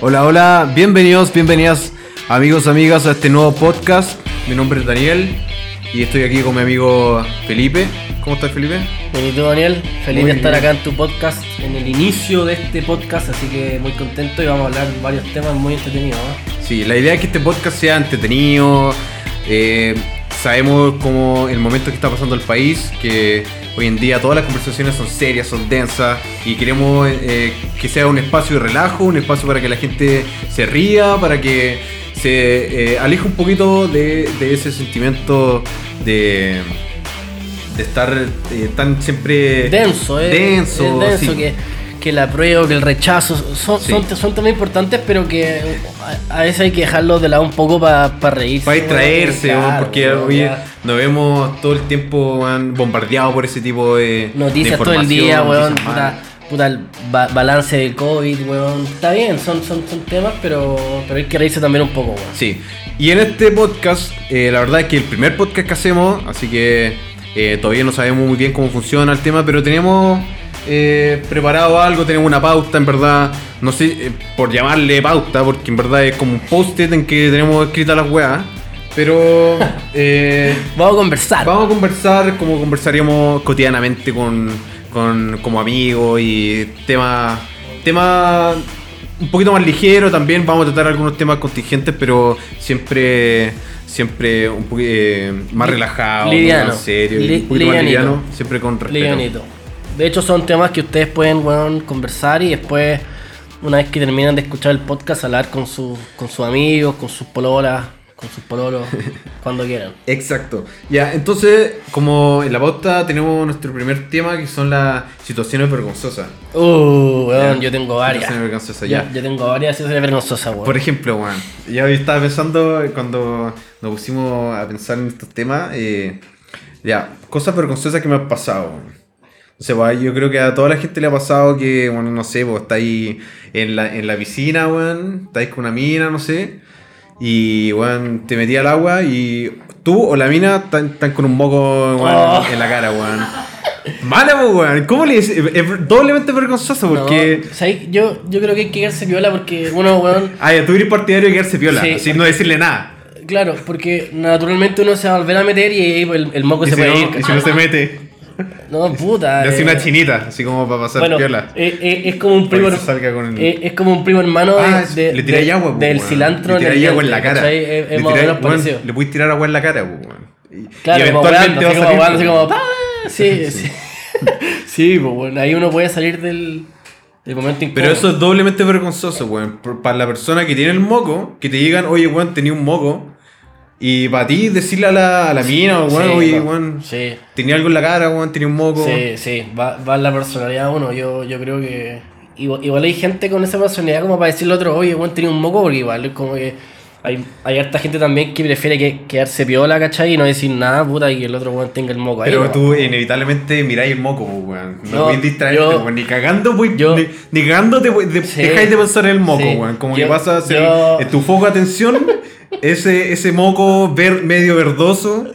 Hola, hola, bienvenidos, bienvenidas amigos, amigas a este nuevo podcast. Mi nombre es Daniel y estoy aquí con mi amigo Felipe. ¿Cómo estás Felipe? Bien, ¿y tú, Daniel? Feliz Muy de estar bien. acá en tu podcast, en el inicio de este podcast, así que muy contento y vamos a hablar varios temas muy entretenidos. ¿eh? Sí, la idea es que este podcast sea entretenido. eh, sabemos cómo el momento que está pasando el país, que hoy en día todas las conversaciones son serias, son densas, y queremos eh, que sea un espacio de relajo, un espacio para que la gente se ría, para que se eh, aleje un poquito de, de ese sentimiento de, de estar eh, tan siempre Denso, ¿eh? denso, Es denso sí. que, que el apruebo, que el rechazo, son, Sí. son, son temas importantes, pero que uh, a, a veces hay que dejarlos de lado un poco para reírse. Para weón, distraerse, claro, weón, porque weón, oye, ya. nos vemos todo el tiempo weón, bombardeados por ese tipo de de Noticias todo el información, día, weón. noticias Puta, malas. puta, el ba- balance del COVID, weón. Está bien, son, son, son temas, pero, pero hay que reírse también un poco, weón. Sí. Y en este podcast, eh, la verdad es que el primer podcast que hacemos, así que eh, todavía no sabemos muy bien cómo funciona el tema, pero tenemos eh, preparado algo, tenemos una pauta, en verdad. No sé eh, por llamarle pauta, porque en verdad es como un post-it en que tenemos escritas las weas. Pero eh, Vamos a conversar. Vamos a conversar como conversaríamos cotidianamente con, con- como amigos y temas tema un poquito más ligero también. Vamos a tratar algunos temas contingentes, pero siempre siempre un poquito más Li- relajado, liviano. más serio, Li- un poquito livianito. más liviano, siempre con respeto. Livianito. De hecho, son temas que ustedes pueden weón, conversar y después, una vez que terminan de escuchar el podcast, hablar con, sus con sus amigos, con sus pololas, con sus pololos, cuando quieran. Exacto. Ya, entonces, como en la pauta tenemos nuestro primer tema que son las situaciones vergonzosas. Uh, weón, Ya. yo tengo varias. Situaciones vergonzosas, Yo, ya. yo tengo varias, eso es vergonzosa, weón. Por ejemplo, Juan, ya estaba pensando eh, cuando nos pusimos a pensar en estos temas, eh, ya, cosas vergonzosas que me han pasado. weón. O sea, weón, yo creo que a toda la gente le ha pasado que, bueno, no sé, vos estáis en la, en la piscina, weón, estáis con una mina, no sé, y, weón, te metí al agua y tú o la mina están están con un moco, weón, Oh. en la cara, weón. Mala, po, weón, ¿cómo le dices? Es- es doblemente vergonzoso No, porque... ¿sabes? Yo, yo creo que hay que quedarse piola porque uno, weón, Ah, ya, tú eres partidario de quedarse piola, Sí, sin no decirle nada. Claro, porque naturalmente uno se va a volver a meter y ahí el, el moco Y Pues se si, puede no, ir. y si ¿cachai? no se mete, No, puta. le hace eh. una chinita, así como para pasar Bueno, piola. eh, eh, es como un Para primo. que se salga con el- eh, es como un primo hermano Ah, de, es- de- le tiráis de- agua, po, del weón. cilantro le en el tiráis agua en diente, la cara. ¿cachai? Es, es le, más o tiráis- menos weón, parecido. le puedes tirar agua en la cara, po, weón. Y- Claro, y como hablando, eventualmente va a así como salir, pues. hablando, así po. como. ¡Ah! Sí, sí. Sí, pues bueno, ahí uno puede salir del, del momento incómodo. Pero eso es doblemente vergonzoso, weón. por- Para la persona que tiene el moco, que te digan, oye, weón, tenía un moco. Y para ti decirle a la, a la mina, weón, Sí, oye, va- weón, Sí, tenía algo en la cara, weón, tenía un moco. sí, sí. Va, va en la personalidad de uno. Yo, yo creo que. Igual, igual hay gente con esa personalidad como para decirle a otro, oye, weón, tenía un moco, porque igual es como que. Hay, hay harta gente también que prefiere que, quedarse piola, ¿cachai? Y no decir nada, puta, y que el otro weón tenga el moco ahí. pues, Pero ¿no? tú inevitablemente miráis el moco, pues, weón. No, No, podéis distraerte, yo- weón. Ni cagando, pues, yo- ni, ni cagando te, te- Sí. dejáis de pensar en el moco, Sí. weón. Como Yo- que pasa a ser- yo- en tu foco de atención ese, ese moco ver, medio verdoso.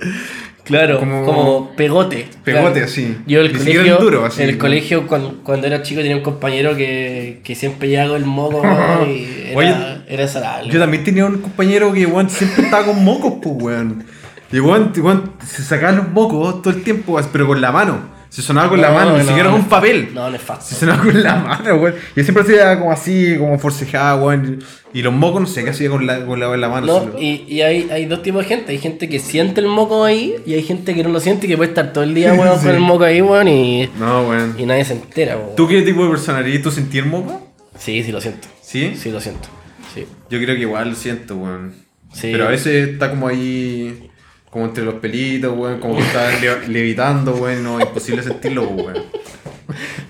Claro, Como- como, pegote. Pegote, claro. así. Yo el Ni siquiera colegio, el duro, así, en el ¿no? colegio cuando, cuando era chico tenía un compañero que, que siempre llevaba el moco weón, y era, Oye, era desagradable. Yo también tenía un compañero que, weón, siempre estaba con mocos, pues, weón. Y, weón, weón, se sacaba los mocos todo el tiempo, así, pero con la mano. Se sonaba con la No, mano, ni no, siquiera con no. papel. No, Se nefasto. sonaba con la mano, weón. Yo siempre hacía como así, como forcejaba, weón. Y los mocos, no sé qué hacía con la, con la, la mano. No, se lo- y, y hay, hay dos tipos de gente. Hay gente que siente el moco ahí y hay gente que no lo siente y que puede estar todo el día weón, con el moco ahí, weón, y, No, weón. y nadie se entera, weón. ¿Tú qué tipo de personalidad? ¿Tú sentí el moco? Sí, sí lo siento. ¿Sí? Sí lo siento. Sí. Yo creo que igual lo siento, weón. Sí. Pero a veces está como ahí, como entre los pelitos, weón, como que está le- levitando, weón, no, imposible sentirlo, weón.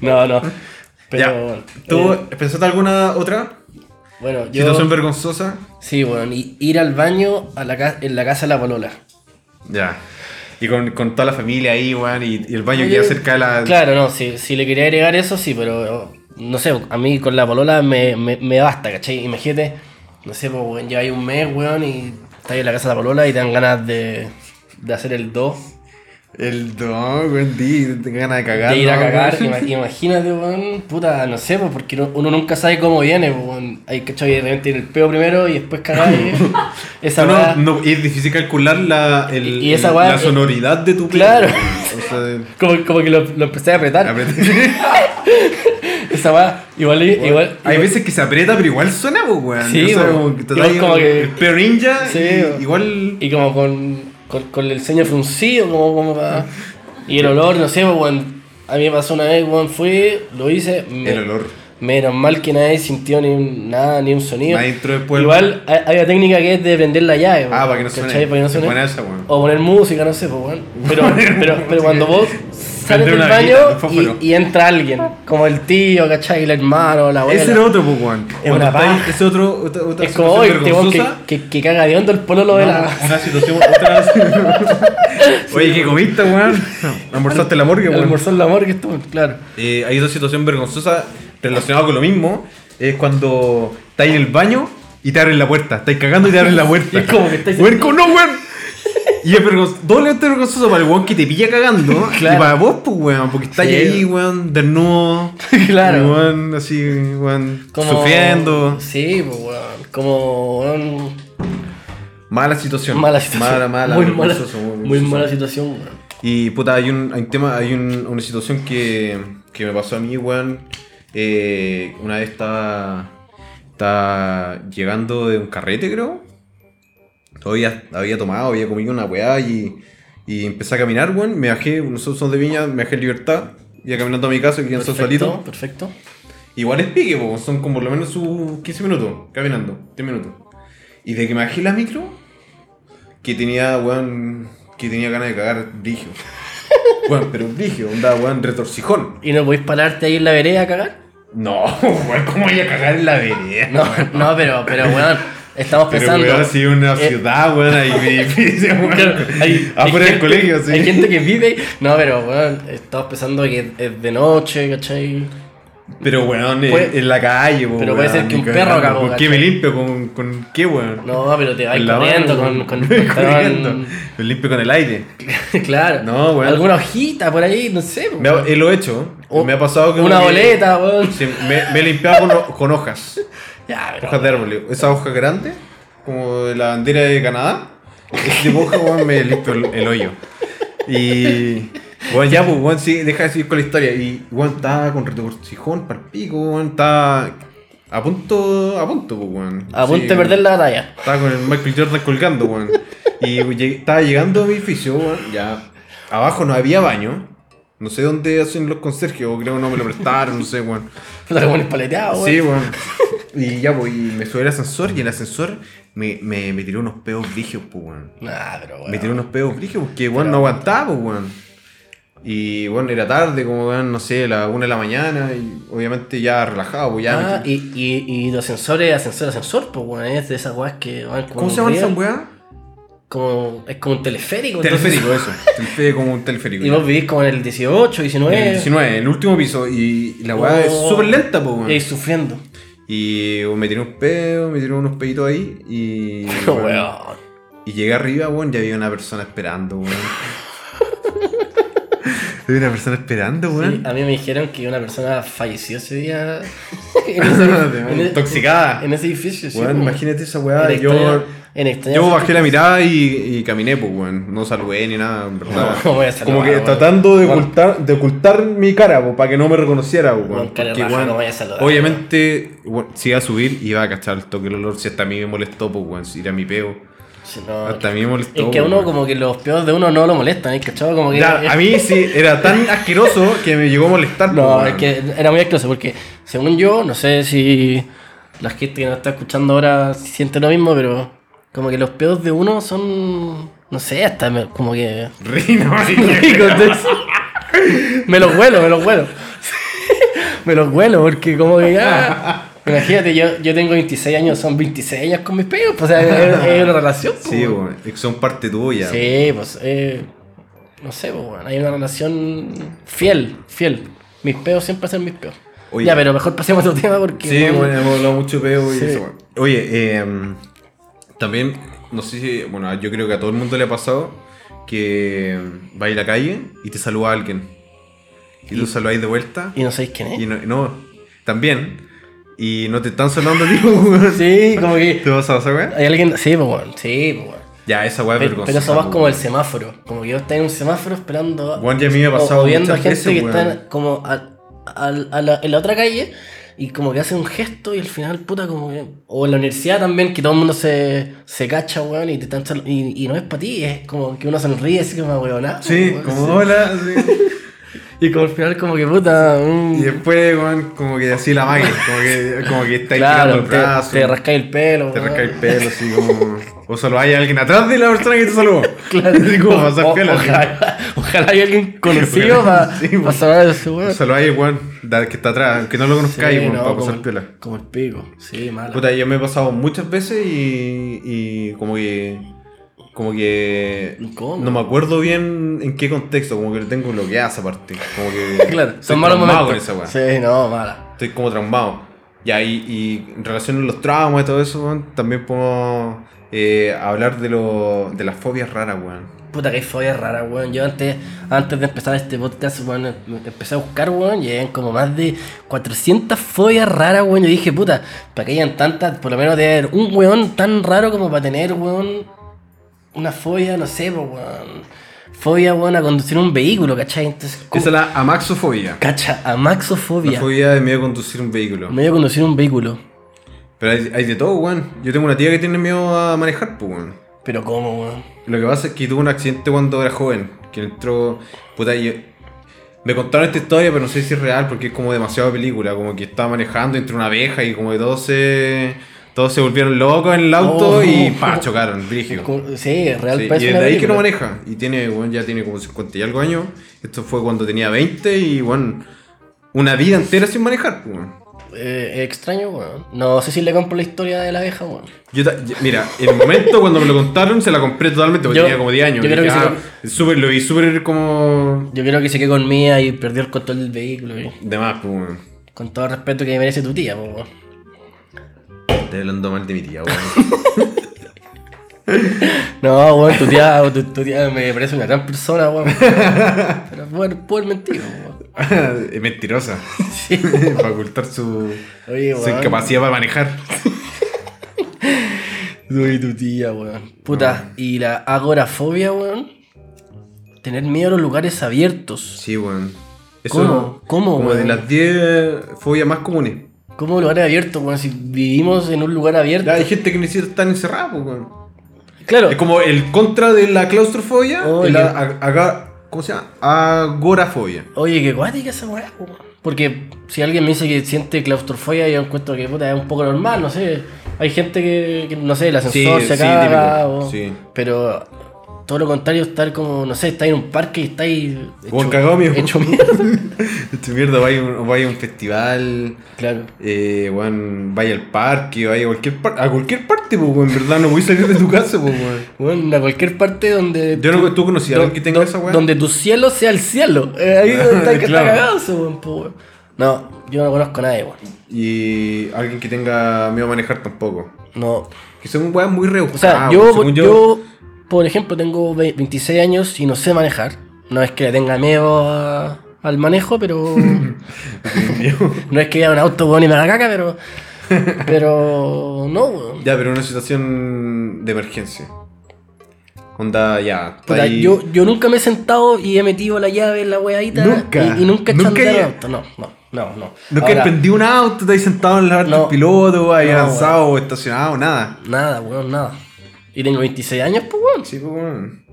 No, no. Pero Ya. bueno. ¿Tú eh, pensaste alguna otra bueno, yo. situación vergonzosa? Sí, bueno, y ir al baño a la ca- en la casa de la polola. Ya. Y con, con toda la familia ahí, weón, y, y el baño Oye, que queda cerca de la... Claro, no, si, si le quería agregar eso, sí, pero no sé, a mí con la polola me, me, me basta, ¿cachai? Imagínate, no sé, pues, weón, lleváis un mes, weón, y estáis en la casa de la polola y te dan ganas de, de hacer el 2 El don, weón, di, te ganas de cagar. De ir a ¿no, cagar, weón? ima- imagínate, weón, puta, no sé, pues porque no- uno nunca sabe cómo viene, pues, weón. Hay que de repente ir el peo primero y después cagar. y- esa No, weá- no, es difícil calcular la, el- Y- y esa el- weá- la sonoridad de tu pelo, Claro. weón. Como, como que lo, lo empecé a O sea, apretar. apreté- Esa weá, igual, igual. Hay igual- veces que se aprieta, pero igual suena, pues, weón. Sí, O sea, weón. como que te Igual da- como que- el Pero ninja, Sí, pues. y- weón. igual. Y como con, con, con el ceño fruncido, como, como para... Y el olor, no sé, pues, weón. A mí me pasó una vez, weón, fui, lo hice. me- El olor. Menos mal que nadie sintió ni un- nada, ni un sonido. Nadie entró después. Igual hay, hay una técnica que es de prender la llave. Ah, weón, para que no suene. ¿cachai? Para que no Es suene. buena esa, weón. O poner música, no sé, pues, weón. Pero, pero, pero cuando vos sales Prender del una baño velita, un fósforo. y, y entra alguien, como el tío, ¿cachai? El hermano, la abuela. Ese era otro, pues, weón. Cuando una está ahí- paja. Ese otro, otra, otra es como, oye, situación este weón que, vergonzosa. que, que caga de hondo el pololo de la... No, Una situación, otra. Oye, ¿qué comiste, weón? Almorzaste la morgue, weón. Almorzó el amor que estuvo, claro. Eh, hay otra situación vergonzosa relacionada con lo mismo. Es cuando estáis en el baño y te abren la puerta. Estáis cagando y te abren la puerta. Y es como que estáis- Weón, como, no, weón. Y es vergonzoso, doblemente vergonzoso para el weón que te pilla cagando. Claro. Y para vos, pues, weón. Porque estáis Sí. ahí, weón, desnudo. Claro. Weón, así, weón, sufriendo. Sí, pues, weón. Como, weón, Mala situación. mala situación. Mala, mala. Muy mala, vergonzoso, muy vergonzoso. mala situación, weón. Y puta, hay un, hay un tema, hay un- una situación que, que me pasó a mí, weón. Eh, una vez estaba, estaba llegando de un carrete, creo. Todavía había tomado, había comido una weá y, y empecé a caminar, weón. Me bajé, nosotros somos de Viña, me bajé en libertad. Iba caminando a mi casa, que en San Juanito. Perfecto. Igual es pique, po, son como por lo menos sus 15 minutos caminando, 10 minutos. Y de que me bajé la micro, que tenía, weón, que tenía ganas de cagar brigio. Weón, pero brigio, onda, weón, retorcijón. ¿Y no podéis pararte ahí en la vereda a cagar? No, weón, ¿cómo voy a cagar en la vereda? No, no, pero, pero weón, estamos Pero pensando. weón, sí, una Eh, ciudad, weón, hay edificios, weón. claro, hay- hay Afuera del gente- colegio, sí. Hay gente que vive. ahí. No, pero weón, estamos pensando que es de noche, ¿cachai? Pero weón, en- Puede- en la calle, weón. pero puede ser que un ni perro cagando. cagó, ¿Con qué me ¿cachai? limpio? ¿Con, con qué, weón? No, pero te vas la corriendo mano, con, con, weón. con- Corriendo. Me limpio con el aire. Claro. No, weón. Alguna hojita por ahí, no sé. Me ha- eh, lo he hecho. O- me ha pasado que. Una que- boleta, weón. Sí, me, me he limpiado con, ho- con hojas. Ya, pero. Hojas de árbol. Esa hoja grande, como de la bandera de Canadá. Ese tipo de hoja, weón, me limpio el, el hoyo. Y. Bueno, ya, pues, weón, sí, deja de seguir con la historia. Y, weón, estaba con retorcijón, palpico, weón, estaba a punto, a punto, pues, weón. A punto de Sí. perder la batalla. Estaba con el Michael Jordan colgando, weón. Y llegué- estaba llegando a mi edificio, weón. Ya. Abajo no había baño. No sé dónde hacen los conserjes, o creo que no me lo prestaron, no sé, weón. Puta, como paleteado, weón. Sí, weón. Y ya, pues, y me subí al ascensor y el ascensor me, me, me tiró unos pedos brígidos, pues, weón. Nah, pero weón. Me tiró unos pedos brígidos porque, weón, no aguantaba, pues, weón. Y, bueno, era tarde, como, weón, no sé, la una de la mañana. Y obviamente ya relajado, pues, ya. Ah, y, y, y los sensores, ascensor, ascensor, pues weón, es de esas weas que van como. ¿Cómo se un llama esa riel, weá? Como, es como un teleférico. entonces- Teleférico, eso. Teleférico, como un teleférico. y ya. vos vivís como en el 18, 19. El 19, el último piso. Y la weá Oh. es súper lenta, po, Y ahí weón. sufriendo. Y me tiré un pedo, me tiré unos peditos ahí. Y. Pero weón, weón. Y llegué arriba, weón, ya había una persona esperando, weón. había una persona esperando, Sí, weón. a mí me dijeron que una persona falleció ese día. en, en ese- Intoxicada. en ese edificio, sí, Weón, po. imagínate esa weá. En Yo, extraña- en extraña- yo bajé la mirada y, y caminé, pues, weón. No saludé ni nada, en verdad. No, voy a saludar, Como que weón. tratando de Weón. ocultar, de ocultar mi cara, pues, para que no me reconociera, pues, weón. Weón, cara Porque, raja, weón, no vaya a saludar, Obviamente, weón, si iba a subir, iba a cachar el toque del olor. Si hasta a mí me molestó, pues, weón. Si era mi peo. Sí, no, Hasta a mí me molestó. Ah, es que a pues, uno, weón. como que los peores de uno no lo molestan, ¿eh? ¿cachado? Como que. Ya, a mí sí, era tan asqueroso que me llegó a molestar. pues, No, weón. es que era muy asqueroso porque, según yo, no sé si la gente que nos está escuchando ahora siente lo mismo, pero como que los pedos de uno son, no sé, hasta me- como que... Rino, Rico, entonces, me los huelo, me los huelo. me los huelo porque como que ya... Imagínate, yo, yo tengo 26 años, son 26 años con mis pedos, pues o sea, es, es una relación. pues, Sí, weón. weón, es que son parte tuya. Sí, pues. eh, no sé, pues, weón, hay una relación fiel, fiel. Mis peos siempre hacen mis peos. Oye. Ya, pero mejor pasemos a otro tema porque. Sí, weón, bueno, hemos hablado mucho de peo y Sí. eso, bueno. em, Oye, eh, también, no sé si, bueno, yo creo que a todo el mundo le ha pasado que vais a la calle y te saluda alguien. Y, Y- ¿Eh? tú saludáis de vuelta. Y no sabéis quién es. Y no, no, también. Y no te están saludando, digo, weón. Sí, como que. ¿Te vas a pasar, weón? Hay alguien. Sí, pues bueno, sí, pues bueno. Ya, esa weá es Pero, pero vergonzosa, eso pues, más como weón. el semáforo. Como que yo estoy en un semáforo esperando. a- Weón, ya a mí me ha o- pasado o viendo a muchas gente veces, que weón. está como a- a- a la- en la otra calle y como que hacen un gesto y al final, puta, como que. O en la universidad también, que todo el mundo se, se cacha, weón, y, te están sal- y, y no es para ti, es como que uno sonríe así como, Ah, weón, Sí, como hola. sí. Y como al final, como que puta. mm, Y después, weón, como que así la magia. Como que, como que estáis claro, tirando el brazo. te, te rascáis el pelo, Te weón. rasca el pelo, así como. O saludáis a alguien atrás de la persona que te saludó. Claro. Así como pasar O- piola, así. ojalá, ojalá haya alguien conocido para Sí, weón. saber de ese weón. Saludáis al weón da- que está atrás, que no lo conozcáis, Sí, weón, no, para como pasar el- piola. Como el pico, sí, mala. Puta, yo me he pasado muchas veces y, y como que. Como que. Incómodo. No me acuerdo bien en qué contexto, como que lo tengo bloqueado esa parte. Como que. claro, estoy son malos traumado momentos. con esa weá. sí, no, mala. Estoy como traumado. Ya, y, y en relación a los traumas y todo eso, weón, también podemos eh, hablar de, lo, de las fobias raras, weón. Puta, que fobia rara, weón. Yo antes, antes de empezar este podcast, weón, em- empecé a buscar, weón, llegan como más de 400 fobias raras, weón. Yo dije, puta, para que hayan tantas, por lo menos de haber un weón tan raro como para tener, weón, una fobia, no sé, pues, weón. Fobia, weón, a conducir un vehículo, ¿cachai? Entonces, ¿cómo- Esa es la amaxofobia. Cacha, a La maxofobia. fobia de miedo a conducir un vehículo. Me voy a conducir un vehículo. Pero hay, hay de todo, weón. Yo tengo una tía que tiene miedo a manejar, pues, weón. Pero cómo, weón. Lo que pasa es que tuvo un accidente cuando era joven. Que entró. Puta, yo- Me contaron esta historia, pero no sé si es real porque es como demasiado película. Como que estaba manejando entre una abeja y como que todos se. Todos se volvieron locos en el auto Oh. y pa, chocaron, brígido. Como- Sí, es real Sí, y parece desde una ahí que no película. maneja. Y tiene, bueno, ya tiene como 50 y algo años. Esto fue cuando tenía 20 y, bueno, una vida entera sin manejar, pues, weón. Eh, es extraño, weón. No sé si le compro la historia de la abeja, weón. Yo ta- yo- mira, en el momento cuando me lo contaron se la compré totalmente porque Yo- tenía como 10 años. yo creo Dije, que "Ah, súper- lo vi súper como. Yo creo que se quedó con mía y perdió el control del vehículo, weón. De más, pues, weón. Con todo el respeto que merece tu tía, pues, weón. Estoy hablando mal de mi tía, weón. No, weón, tu tía, tu, tu tía me parece una gran persona, weón. Pero bueno, puedo mentir, weón. Es Mentirosa. Sí. para ocultar su, Oye, su weón. incapacidad para manejar. Soy tu tía, weón. Puta, y la agorafobia, weón. Tener miedo a los lugares abiertos. Sí, weón. ¿Cómo? ¿Cómo, Como de weón? las 10 fobias más comunes. ¿Cómo lugares abiertos, weón? Si vivimos en un lugar abierto. Ya, hay gente que necesita estar encerrada, pues, weón. claro. Es como el contra de la claustrofobia. Oh, y ya. la ag- aga- ¿Cómo se llama? Agorafobia. Oye, qué guática esa weá, weón. Porque si alguien me dice que siente claustrofobia, yo encuentro que puta, es un poco normal, no sé. Hay gente que, que, no sé, el ascensor Sí, se sí, caga, típico, o- sí. Pero todo lo contrario, estar como, no sé, estar en un parque y estar ahí Como el cagado mío. hecho mierda. Este mierda, vaya, a un- vaya a un festival, claro. eh, weón, vaya al parque, vaya a cualquier, par- a cualquier parte, pues, weón. En verdad, no voy a salir de tu casa, pues, weón. Bueno, a cualquier parte donde. Yo no tú conocías a do- alguien que tenga do- esa weá. Donde tu cielo sea el cielo. Eh, ahí donde está, que está Claro. cagado ese weón, po, weón. No, yo no conozco a nadie, weón. Y alguien que tenga miedo a manejar tampoco. No. Que son weas muy O sea, rebuscadas. yo, weón. Ah, Según yo, por ejemplo, tengo ve- 26 años y no sé manejar. No es que le tenga miedo a- al manejo, pero. no es que vea un auto, weón, y me haga caca, pero. Pero. No, weón. Ya, pero una situación de emergencia. Onda, ya. está Puta, ahí- yo, yo nunca me he sentado y he metido la llave en la weadita. Nunca. Y, y nunca he Nunca chandeado he- el auto. No, no, no. No, No que Ahora, prendí un auto, estáis sentado en la parte No. del piloto, ahí No, lanzado, o estacionado, nada. Nada, weón, nada. Y tengo 26 años, pues, weón. Sí, pues, weón.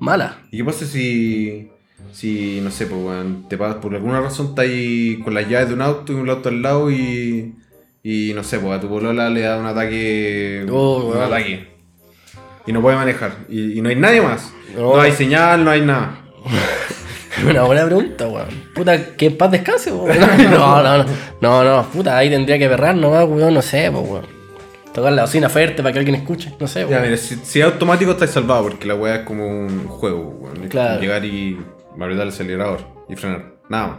Mala. ¿Y qué pasa si, si no sé, pues, weón, te pasas por alguna razón, estáis con las llaves de un auto y un auto al lado y, y no sé, pues, a tu polola le da un ataque, Oh, un weón. ataque. Y no puede manejar, y, y no hay nadie más. No. No. hay señal, no hay nada. Una buena pregunta, weón. Puta, que en paz descanse, weón. No, no, no. No, no, puta, ahí tendría que perrar nomás, weón. No sé, pues, weón. Tocar la bocina fuerte para que alguien escuche. No sé, Ya, weón. mira, si, si es automático estáis salvado, porque la weá es como un juego, weón. Es Claro. Llegar y apretar el acelerador y frenar. Nada más.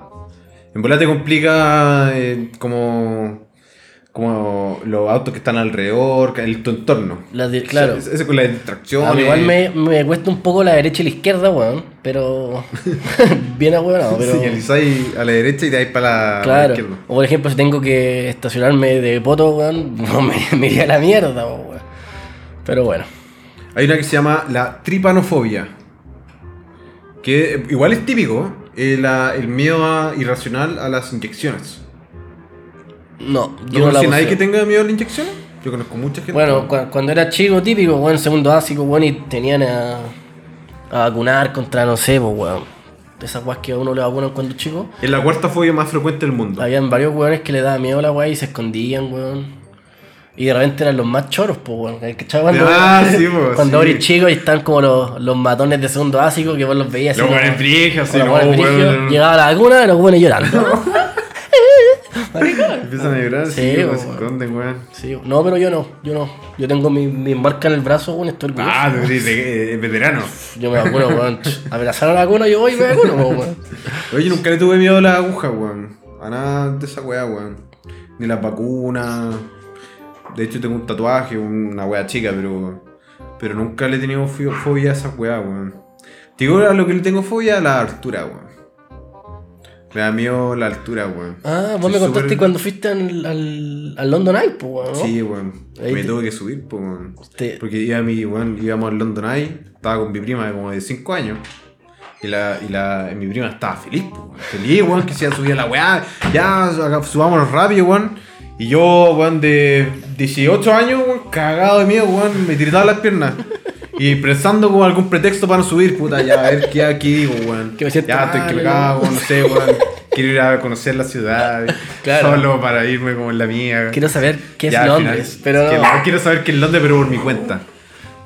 En volar te complica eh, como. como los autos que están alrededor, el, tu entorno. La di- claro. Eso, eso con las A distracciones. mí igual me, me cuesta un poco la derecha y la izquierda, weón. Pero. Bien ahueonado, pero. Señalizáis a la derecha y de ahí para la, para la Claro. izquierda. O por ejemplo, si tengo que estacionarme de poto, weón, no, me, me iría a la mierda, weón. Pero bueno. Hay una que se llama la tripanofobia. Que eh, igual es típico, eh, la- el miedo a- irracional a las inyecciones. No, ¿No yo no la conocí a nadie que poseo. tenga miedo a las inyecciones? Yo conozco mucha gente. Bueno, cua- cuando era chico, típico, weón, segundo básico, weón, y tenían a, a vacunar contra, no sé, pues, weón. De esas weas que a uno le vacunan cuando es chico. Es la cuarta fobia más frecuente del mundo. Habían varios weones que le daba miedo a la wea y se escondían, weón. Y de repente eran los más choros, pues, weón. ¿Cachai? Cuando, Ah, sí, po, cuando sí. eres chico y están como los, los matones de segundo básico que vos los veías. Los así buenos como- brigas, con sí, los no, weones brígidos, weón. Llegaba la vacuna y los weones llorando. Empiezan a llorar, sí, Sí, weón, se weón. esconden, weón. Sí, no, pero yo no, yo no. Yo tengo mi, mi marca en el brazo, weón, estoy orgulloso. Ah, de, de- de- veterano. Yo me vacuno, weón. Abrazaron a la vacuna, yo voy y me vacuno, po, weón. Oye, nunca le tuve miedo a las agujas, weón. A nada de esa weá, weón. Ni las vacunas. De hecho, tengo un tatuaje, una weá chica, pero. Pero nunca le he tenido fio- fobia a esas weá, weón. Digo, a lo que le tengo fobia a la altura, weón. Me da miedo la altura, weón. Ah, Soy vos me contaste súper- cuando fuiste al, al, al London Eye, pues, weón. ¿no? Sí, weón. Ahí Me te- tuve que subir, pues, weón. Te- Porque iba a mi, weón, íbamos al London Eye, estaba con mi prima de como de 5 años. Y la, y la, y mi prima estaba feliz, po, weón. Feliz, weón, que se iba a subir a la weá. Ya, acá, subámonos rápido, weón. Y yo, weón, de 18 años, weón, cagado de miedo, weón, me tiritaba las piernas. Y pensando como algún pretexto para no subir, puta, ya, a ver qué aquí digo, weón. Que me siento ya mal, estoy quebrado, weón, no sé, weón. Quiero ir a conocer la ciudad. Claro. Solo para irme como en la mía. Quiero saber qué es Ya, al Londres, final, pero que no. no, Quiero saber qué es Londres, pero por mi cuenta.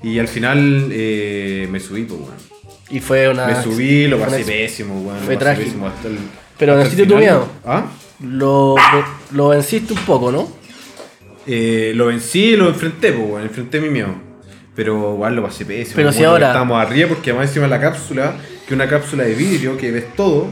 Y al final eh, me subí, pues, weón. Y fue una. Me subí, lo fue una- pasé pésimo, weón. lo fue pasé trágico. pésimo hasta el- Pero hasta el venciste tu final. miedo. ¿Ah? Lo, lo, lo venciste un poco, ¿no? Eh, lo vencí y lo enfrenté, pues, weón. Enfrenté mi miedo. Pero igual lo pasé pésimo. Pero si weón, ahora- Estábamos arriba porque además encima la cápsula, que es una cápsula de vidrio que ves todo.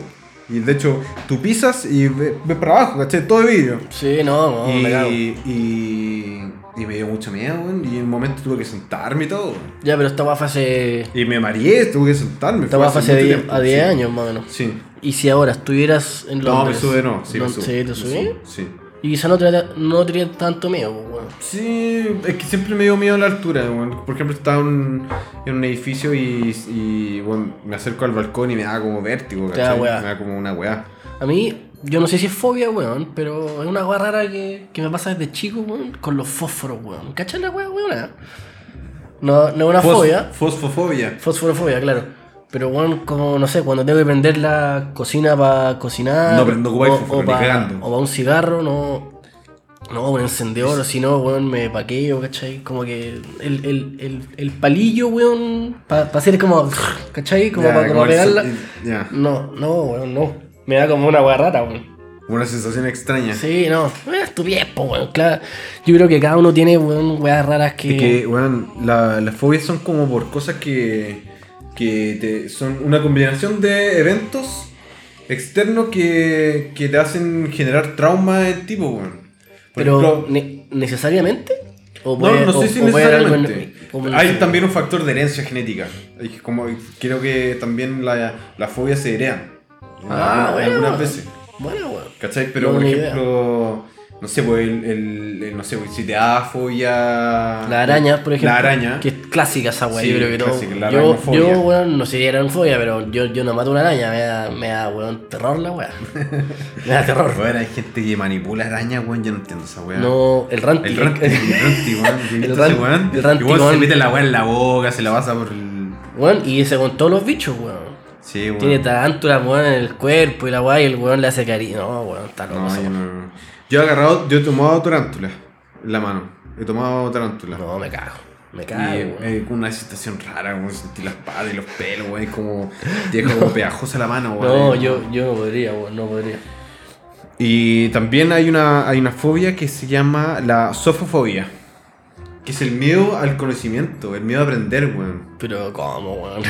Y de hecho, tú pisas y ve- ves para abajo, ¿cachai? Todo de vidrio. Sí, no, no, Oh, me cago. y, y, y me dio mucho miedo, weón. Y en un momento tuve que sentarme y todo. weón. Ya, pero esta weá fue hace. Y me mareé, tuve que sentarme. Esta fue weá fue hace mucho 10 tiempo, a 10 sí. años más o menos. Sí. Y si ahora estuvieras en No, me Londres. sube, no. Sí, me Lon- sube. te Me subí. sube, Sí. Y quizá no te, no te haría tanto miedo, pues, weón. Sí, es que siempre me dio miedo la altura, weón. Por ejemplo, estaba en- en un edificio y, y bueno, me acerco al balcón y me da como vértigo, Te da ¿cachai? weá. Me da como una weá. A mí, yo no sé si es fobia, weón, pero es una weá rara que, que me pasa desde chico, weón, con los fósforos, weón. ¿Cachai la weá, weón? No, no es una Fos- fobia, Fosfofobia. fosforofobia, claro. Pero, weón, como, no sé, cuando tengo que prender la cocina para cocinar. No, pero no ocupáis o- fósforo, O ni para cagando. un cigarro, no. No, un encendedor, o si no, weón, me paqueo, ¿cachai? Como que el, el, el, el palillo, weón, para hacer como, ¿cachai? Como Ya, para como el- pegarla. Ya. No, no, weón, no. Me da como una weá rara, weón. Una sensación extraña. Sí, no, no es estupidez, po, weón. Claro, yo creo que cada uno tiene, weón, weas raras que. Es que, weón, la- las fobias son como por cosas que, que te- son una combinación de eventos externos que, que te hacen generar trauma en tipo, weón. Por pero, ejemplo, ne- ¿necesariamente? O no, no sé o- si o puede haber algo en- necesariamente. como en- Hay también un factor de herencia genética. Hay que- Como, creo que también la, las fobias se heredan. Ah, En- bueno. Algunas veces. Bueno, weón. ¿Cachai? Pero, No, por ni ejemplo, no sé, pues, el, el- el- no sé, pues, si te da fobia... La araña, por ejemplo. La araña. Que es clásica esa wea, Sí, yo creo que clásica, la no. Yo, aracnofobia. yo, weón, no sé si era fobia, pero yo, yo no mato una araña, me da, me da weón, terror la wea. me da terror. Weón, hay gente que manipula arañas, weón. Yo no entiendo esa weá. No, el ranty. El ranty, el ranty, weón. ¿sí El viste ran- ese weón? el ranty, Y weón se weón. mete la weá en la boca, se la pasa por el. Weón, y ese con todos los bichos, weón. Sí, weón. Tiene tarántulas, weón, en el cuerpo y la weá, y el weón le hace cariño. No, weón, está loco. No, esa yo weá. no. Yo he agarrado, yo he tomado tarántulas en la mano. He tomado tarántulas. No, me cago. Me Y cago. weón. eh, con una excitación rara, como sentí la espada y los pelos, weón. Como. Tiene como pegajosa la mano, weón. no, yo, yo no podría, weón, no podría. Y también hay una, hay una fobia que se llama la sofofobia. Que es el miedo al conocimiento, el miedo a aprender, weón. Pero, ¿cómo, weón?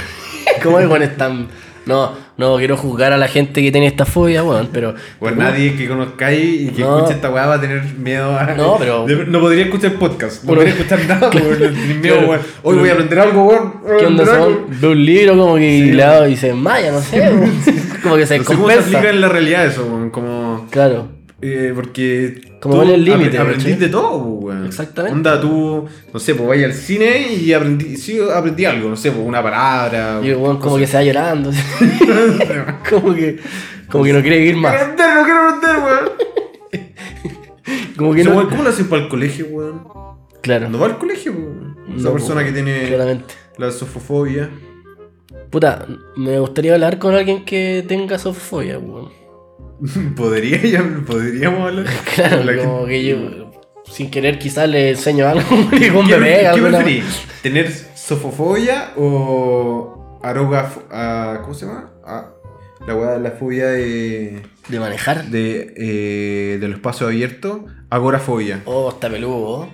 ¿Cómo el weón es tan, No, no quiero juzgar a la gente que tiene esta fobia, weón, pero. Bueno, Pues nadie que conozcáis y que No. escuche esta weá va a tener miedo a. No, pero- de- no podría escuchar podcast. No Pero- podría escuchar nada, weón. tenés miedo, Claro. weón. Hoy voy a aprender algo, weón. Voy a ¿Qué onda aprender son? algo. Ve un libro como que y la- y se desmaya, no sé. weón. Como que se No sé cómo se descompensa. aplica en la realidad eso, weón. Como. Claro. Eh, porque. Como tú vale el apre- límite, Aprendís ¿cachai? de todo, weón. Exactamente. Onda, tú, no sé, pues vayas al cine y aprendí, sí, aprendí algo, no sé, pues una palabra. Y el weón como que se va llorando. como que. Como que no quiere vivir Quiero más. aprender, no quiero aprender, weón. Como que Ese weón, no. ¿Cómo lo hacen para el colegio, weón? Claro. No eh, va al colegio, weón. Esa No, persona weón, que tiene Claramente. la sofofobia. Puta, me gustaría hablar con alguien que tenga sofobia, weón. Podría, ya- podríamos hablar. Claro, Con la como gente. que yo sin querer quizás le enseño algo y con ¿Qué, bebé pre- qué alguna- preferís? ¿Tener sofofobia o aroga... ah, ¿Cómo se llama? Ah, la weá, la fobia de... de manejar. De, eh, de los pasos abiertos, agorafobia. Oh, está peludo.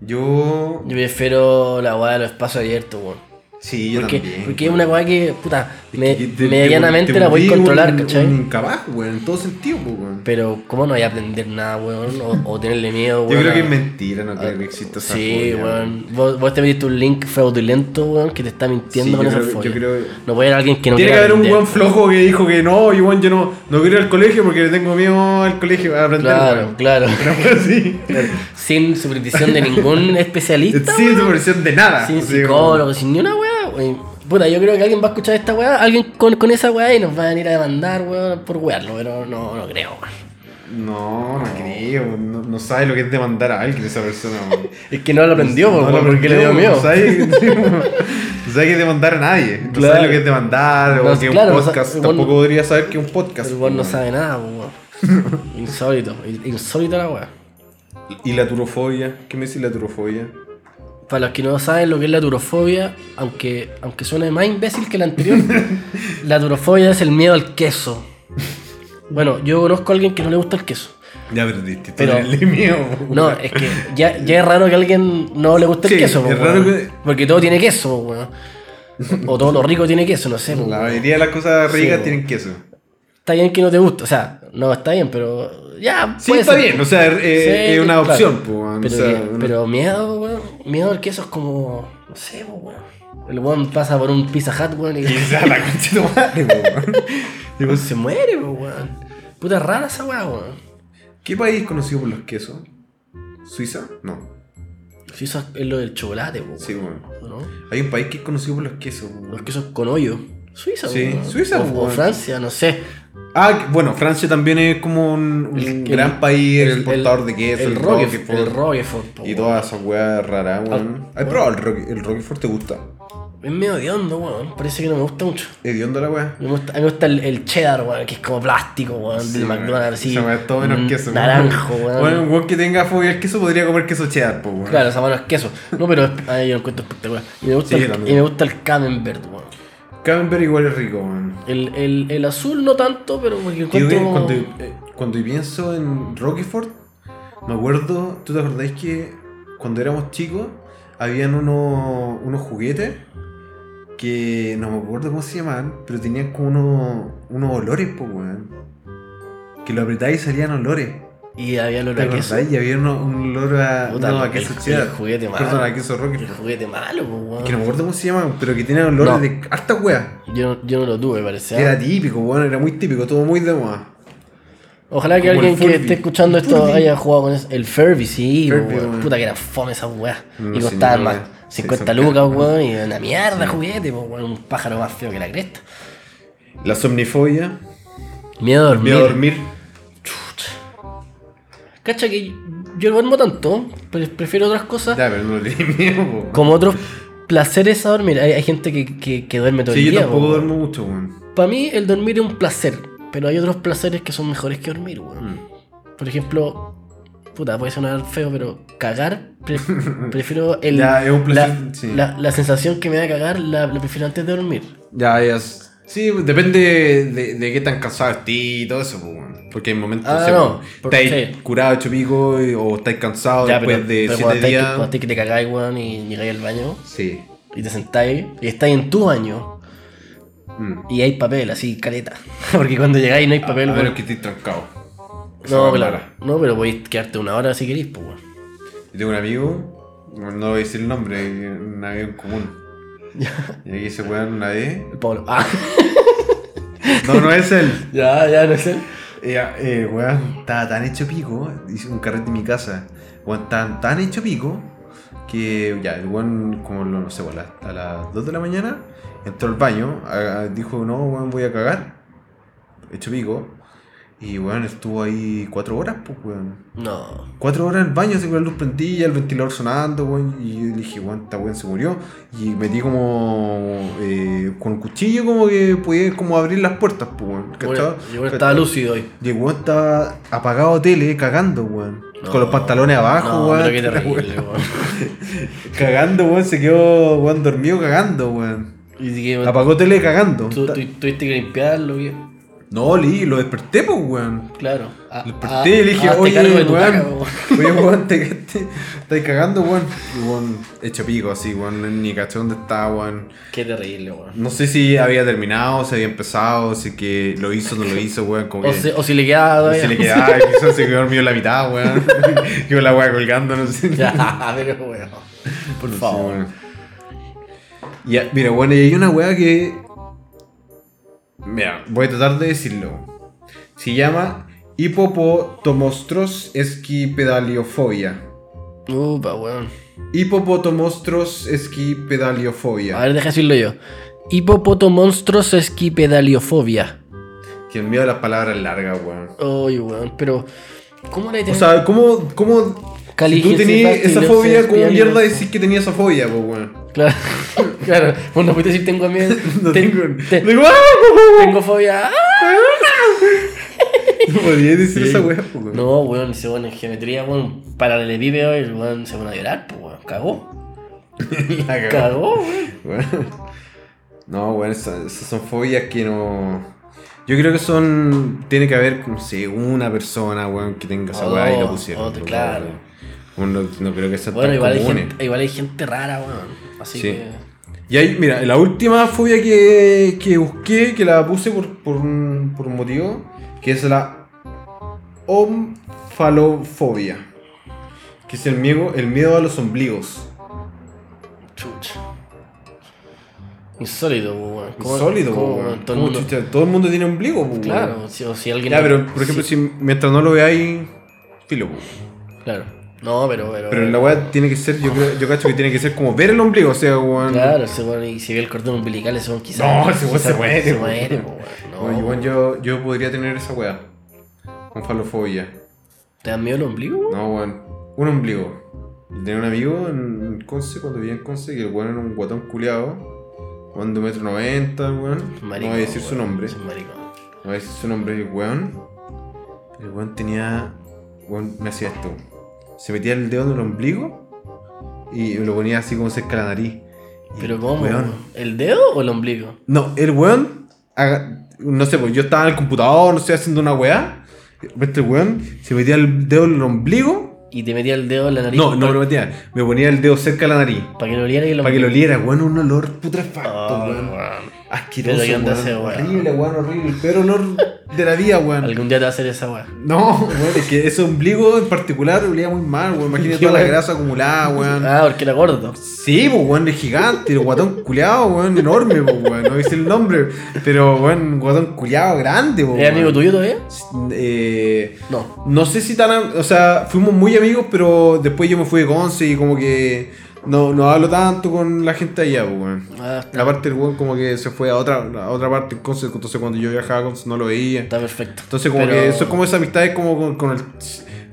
Yo. Yo prefiero la weá de los espacios abiertos, weón. Sí, yo porque, también. porque es una weá que, puta, me- Que te- medianamente te- te la voy a volví controlar, un- ¿cachai? Un cabajo, weón, en todo sentido, pues, weón. Pero, ¿cómo no voy a aprender nada, weón? O, o tenerle miedo, weón. Yo creo a- que es mentira, no creo que exista esa Sí, fobia, weón. Vos, vos te metiste un link fraudulento, weón, que te está mintiendo Sí, con yo esa creo- fobia. yo creo- No puede haber alguien que no Tiene que quiera haber un aprender. buen flojo que dijo que no, y weón, yo no, no quiero ir al colegio porque le tengo miedo al colegio a aprender. Claro, claro. Pero sí. Sin supervisión de ningún especialista. Sin supervisión de nada. Sin o sea, psicólogo, sin ni una weá, wey. Puta, yo creo que alguien va a escuchar esta weá, alguien con, con esa weá y nos van a ir a demandar, weón, por wearlo, pero no, no creo, weón. No, no creo. No, no sabe lo que es demandar a alguien esa persona. weón. Es que no lo aprendió, No weón, lo porque le aprendió, dio miedo. No sabe, no sabe que demandar a nadie. No Claro. sabe lo que es demandar o No, que claro, no un sa- podcast. el weón- Tampoco podría saber que un podcast. El weón no weón. sabe nada, weón. Insólito, insólito la weá. ¿Y la turofobia? ¿Qué me dice la turofobia? Para los que no saben lo que es la turofobia, aunque, aunque suene más imbécil que la anterior, la turofobia es el miedo al queso. Bueno, yo conozco a alguien que no le gusta el queso. Ya perdiste. Pero- Pero... El mío. weón. No, es que ya, ya es raro que a alguien no le guste Sí, el queso, po, es raro weón. que- porque todo tiene queso, po, weón. O todo lo rico tiene queso, no sé. po, La weón. mayoría de las cosas Sí, ricas weón. tienen queso. Está bien que no te guste, o sea, no está bien, pero ya. Sí, puede está ser. bien. O sea, eh, Sí, es una claro. opción. po, weón, o Pero, sea, que- una- pero miedo, weón. Miedo al queso es como. No sé, po, weón. El weón pasa por un pizza hut, weón, y Y sea la concha de tu madre, po, weón. Digo, se muere, po, weón. Puta rara esa weá, weón. ¿Qué país es conocido por los quesos? ¿Suiza? No. Si eso es lo del chocolate, po, weón. Sí, weón. ¿no? Hay un país que es conocido por los quesos. po, Los weón. quesos con hoyo. Suiza, Sí, weón. Suiza, o, o weón. Francia, no sé. Ah, que- bueno, Francia también es como un, un El- gran el- país exportador de queso. El, Roquefort. El Roquefort, po, Y weón. todas esas weas raras, weón. ¿Has probado el, Roque- el Roquefort? ¿Te gusta? Es medio hediondo, weón. Parece que no me gusta mucho. ¿Hediondo la wea? A mí me gusta, a mí me gusta el, el cheddar, weón, que es como plástico, weón, Sí, del weón. McDonald's, así. Esa wea es todo menos mm, queso. weón. Naranjo, weón. Bueno, un weón que tenga fobia al queso podría comer queso cheddar, pues, weón. Claro, esa mano es queso. No, pero es- ay, yo lo encuentro espectacular. Y me gusta, Sí, el, también. y me gusta el camembert, weón. Camembert igual es rico, weón. El, el, el azul no tanto, pero porque Yo encuentro creo que como... cuando, eh, cuando pienso en Roquefort, me acuerdo, ¿tú te acordáis que cuando éramos chicos habían unos, unos juguetes que no me acuerdo cómo se llamaban, pero tenían como unos, unos olores, po, weón. Que lo apretáis y salían olores. Y había el ¿Te olor a queso. acordáis? Y había uno- un olor a, Puta, no, a el- queso el cheddar. juguete malo. Perdón, a queso El Roquefort. juguete malo, Que po, no weón. me acuerdo cómo se llamaban, pero que tenían olores No. de hartas weas. Yo, yo no lo tuve, parece. ¿ah? Era típico, weón, era muy típico, todo muy de moda. Ojalá que Como el alguien que Furby. esté escuchando esto Furby. haya jugado con eso. El Furby, sí, Furby, weón. weón. puta que era fome esas weas. No, y sí, costaban no, más. weón. Sí, 50 son lucas, caras. weón, y una mierda juguete, po, weón. Un pájaro más feo que la cresta. La somnifobia. Miedo a dormir. Miedo a dormir. Cacha que yo no duermo tanto, pero prefiero otras cosas. Ya, pero no le tenés miedo, po. Como otros placeres a dormir. Hay, hay gente que, que- que duerme todo Sí, el yo día. tampoco duermo mucho, weón. Para mí el dormir es un placer, pero hay otros placeres que son mejores que dormir, weón. Mm. Por ejemplo, puta, puede sonar feo, pero cagar, pre- prefiero el, Ya, es un placer, la, sí. la- la sensación que me da cagar, la, la prefiero antes de dormir. Ya, ya. s- Sí, depende de, de qué tan cansado estés y todo eso, po, weón. Porque en momentos Ah, o sea, no, por- estáis sí. curado, hecho pico, y- o estáis cansado Ya, después de cuando 7 estáis- días. cuando estáis que te cagáis, weón, y llegáis al baño Sí. y te sentáis y estáis en tu baño Mm. Y hay papel, así, caleta. Porque cuando llegáis no hay papel. a weón. menos que estés trancado. Esa no, es claro. mala. No, pero podéis quedarte una hora si queréis, pues, weón. Yo tengo un amigo, no no voy a decir el nombre, hay un amigo en común. Y aquí se weón una vez. El Pablo. Ah, No, no es él. ya, ya, no sé. Ella, eh, weón, estaba tan hecho pico, hice un carrete en mi casa. Weón, estaban tan hecho pico que ya, el weón, como lo- no sé, weón, a las 2 de la mañana, entró al baño, a- a- dijo, no, weón, voy a cagar. Hecho pico. Y weón, estuvo ahí cuatro horas, pues, weón. No. Cuatro horas en el baño, así con la luz prendida, el ventilador sonando, weón. Y yo dije, weón, esta weón se murió. Y metí como. eh, con un cuchillo, como que podía como abrir las puertas, pues, weón. Bueno, ¿cachai? yo bueno, estaba lúcido hoy. Y el weón estaba apagado tele, cagando, weón. No. Con los pantalones abajo, No, weón. pero qué terrible, weón. Cagando, weón, se quedó, weón, dormido cagando, weón. Y dije, weón, Apagó tele cagando. tú, tú- tuviste que limpiarlo, weón. No, leí, lo desperté, pues, weón. Claro. A- Le a- partí y le dije, Ah, hazte oye, cargo de weón, tu caca, weón". oye, weón, te, te- estáis cagando, weón. Y weón, hecho pico así, weón, ni caché dónde estaba, weón. Qué terrible, weón. No sé si había terminado, si había empezado, si que lo hizo o no lo hizo, weón. Como O, que- si- o si le quedaba y todavía. se le quedaba, y quizás se quedó dormido en la mitad, weón. Quedó la weá colgando, no sé. ya, pero weón. Por No sé, favor. weón. Y, ah, mira, bueno, y hay una weá que. Mira, voy a tratar de decirlo. Se llama hipopotomostros esquipedaliofobia. Upa, weón. Hipopotomostros esquipedaliofobia. A ver, deja decirlo yo. Hipopoto monstruos esquipedaliofobia. Que el miedo a las palabras largas, weón. Oye, weón, pero. ¿Cómo la O sea, ¿cómo. cómo si tú Caligesi, tenías fácil, esa no fobia, sé, ¿cómo espialinos. mierda decís que tenías esa fobia, pues, weón? Claro, claro. Bueno, no puedes decir tengo miedo. No Ten- tengo. te- Digo, ¡ah! tengo fobia. ¡Ah! No podía decir Sí. esa weá, pues, weón. No, weón, ese weón en geometría, weón, paralelepípedo, el weón se van a llorar, pues weón. Cagó. La cagó. Cagó, weón. Bueno. No, bueno, esas, esas son fobias que no. Yo creo que son. Tiene que haber, no sé, una persona, weón, que tenga esa O weá y lo dos, pusieron. Oh, otro, ¿no? claro. Weón, No, no creo que sean Bueno, tan igual hay, comunes. gente, igual hay gente rara, weón. eh. Así Sí. que. Y ahí, mira, la última fobia que, que busqué, que la puse por, por, un, por un motivo, que es la omfalofobia. Que es el miedo, el miedo a los ombligos. Chucha. Insólito, po, weón. ¿Cómo- Sólido, cómo, weón. Todo el ¿Cómo mundo. chucha? Todo el mundo tiene ombligo, pues, weón. Claro, si, o si alguien. Ya, pero por ejemplo, si mientras no lo veáis, filo. po. Claro. No, pero. Pero, Pero la weá tiene que ser, yo, creo, yo cacho que tiene que ser como ver el ombligo, o sea, weón. Claro, ese weón, y si ve el cordón umbilical, ese weón quizás. No, ese weón se quizás muere, Se weón. muere, po, weón. No, Weón, weón. weón, yo, yo podría tener esa weá. Con falofobia. ¿Te da miedo el ombligo, weón? No, weón. Un ombligo. Y Tenía un amigo en Conce, cuando vivía en Conce, que el weón era un guatón culeado. Weón de metro noventa, weón. no voy a decir su weón. nombre. Es un maricón. A ver si su nombre es el weón. El weón tenía. Weón me hacía esto. Se metía el dedo en el ombligo y lo ponía así como cerca de la nariz. Y, Pero ¿cómo? weón, weón? ¿El dedo o el ombligo? No, el weón. haga- no sé, pues yo estaba en el computador, no sé, haciendo una weá. y de repente el weón se metía el dedo en el ombligo. Y te metía el dedo en la nariz. No, no me lo metía. Me ponía el dedo cerca de la nariz. Para que lo oliera y el Para que ombligo. lo oliera, weón, un olor putrefacto, Oh, weón. weón. Asqueroso, Pero ¿qué onda ese weón. weón? Horrible, weón, horrible. El peor olor de la vida, weón. Algún día te va a hacer esa weón. No, weón, es que ese ombligo en particular olía muy mal, weón. Imagínate toda la grasa acumulada, weón. Ah, porque era gordo. Sí, pues, weón, es gigante, el guatón culeado, weón, enorme, pues, weón. No hice el nombre, pero, weón, guatón culeado grande, pues, ¿Es amigo weón. tuyo todavía? Eh, No. no sé si tan. am- O sea, fuimos muy amigos, pero después yo me fui de Conce y como que. No, no hablo tanto con la gente allá, pues, weón. Ah, Aparte, el weón como que se fue a otra, a otra parte en Conce, entonces cuando yo viajaba a Conce no lo veía. está perfecto. Entonces, como Pero- que eso es como esa amistad, es como con, con el.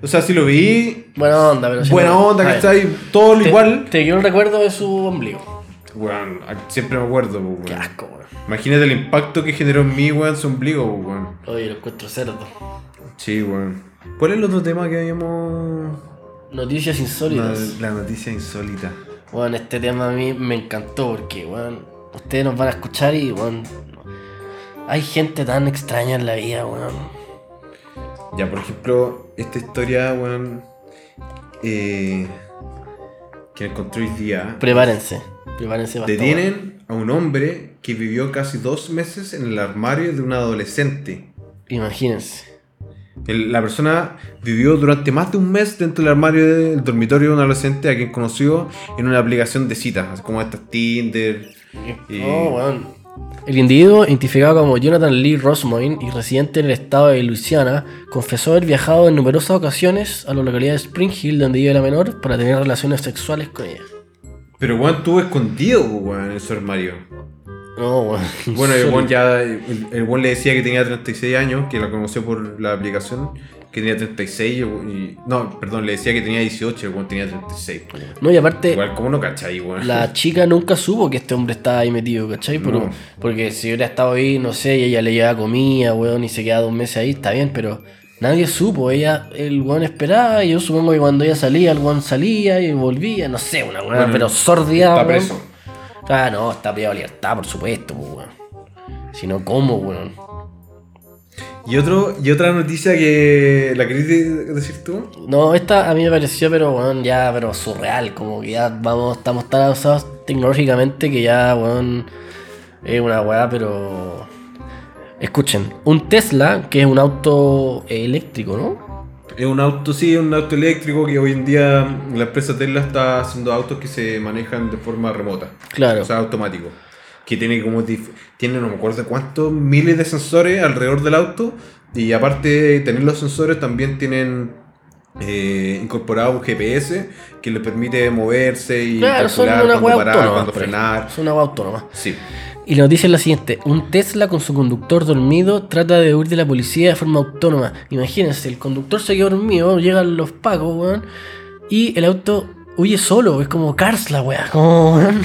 O sea, si lo vi, Buena onda, pero. si buena no- onda, a ver, ¿cachai? Todo lo Te- igual. Te quedó el recuerdo de su ombligo. Weón, ah, siempre me acuerdo, po, weón. Qué asco, weón. Imagínate el impacto que generó en mí, weón, su ombligo, po, weón. Oye, lo encuentro cerdo. Sí, weón. ¿Cuál es el otro tema que habíamos. Noticias La, insólitas. la noticia insólita. Bueno, este tema a mí me encantó porque, bueno, ustedes nos van a escuchar y, bueno, hay gente tan extraña en la vida, bueno. Ya, por ejemplo, esta historia, weón. Eh, que encontré hoy día. Prepárense, prepárense bastante. Detienen a un hombre que vivió casi dos meses en el armario de un adolescente. Imagínense. El- la persona vivió durante más de un mes dentro del armario del dormitorio de un adolescente a quien conoció en una aplicación de citas, así como estas Tinder. Y- Oh, weón. El individuo, identificado como Jonathan Lee Rosmoin y residente en el estado de Luisiana, confesó haber viajado en numerosas ocasiones a la localidad de Spring Hill, donde vive la menor, para tener relaciones sexuales con ella. Pero Juan estuvo escondido pues, weón, en su armario. No, weón. Bueno, el Juan ya. El, el weón le decía que tenía 36 años, que la conoció por la aplicación, que tenía 36. y- y- no, perdón, le decía que tenía 18, el Juan tenía 36. pues. No, y aparte, Igual, ¿cómo no cachai, weón? Eh, la chica nunca supo que este hombre estaba ahí metido, ¿cachai? Pero- No. Porque si hubiera estado ahí, no sé, y ella le llevaba comida, weón, y se quedaba dos meses ahí, está bien, pero nadie supo. Ella, el weón esperaba, y yo supongo que cuando ella salía, el weón salía y volvía, no sé, una weón, Bueno, pero sordia. Está weón. preso. Ah, no, está privado de libertad, por supuesto, pues, weón. Si no, ¿cómo, weón? Y, otro, y otra noticia que. ¿La querés de- decir tú? No, esta a mí me pareció, pero weón, ya, pero surreal, como que ya vamos, estamos tan avanzados tecnológicamente que ya, weón, es una weá, pero... Escuchen, un Tesla, que es un auto eh, eléctrico, ¿no? Es un auto, sí, es un auto eléctrico que hoy en día la empresa Tesla está haciendo autos que se manejan de forma remota, Claro. o sea, automático. Que tiene como, dif- tiene no me acuerdo cuántos miles de sensores alrededor del auto y aparte de tener los sensores también tienen eh, incorporado un GPS que les permite moverse y claro, son calcular una weá cuándo parar, autónoma. cuándo por ejemplo. frenar. Son una weá autónoma. Sí. Y la noticia es la siguiente: un Tesla con su conductor dormido trata de huir de la policía de forma autónoma. Imagínense, el conductor se quedó dormido, llegan los pacos, weón, y el auto huye solo. Es como Cars la weá, como weón.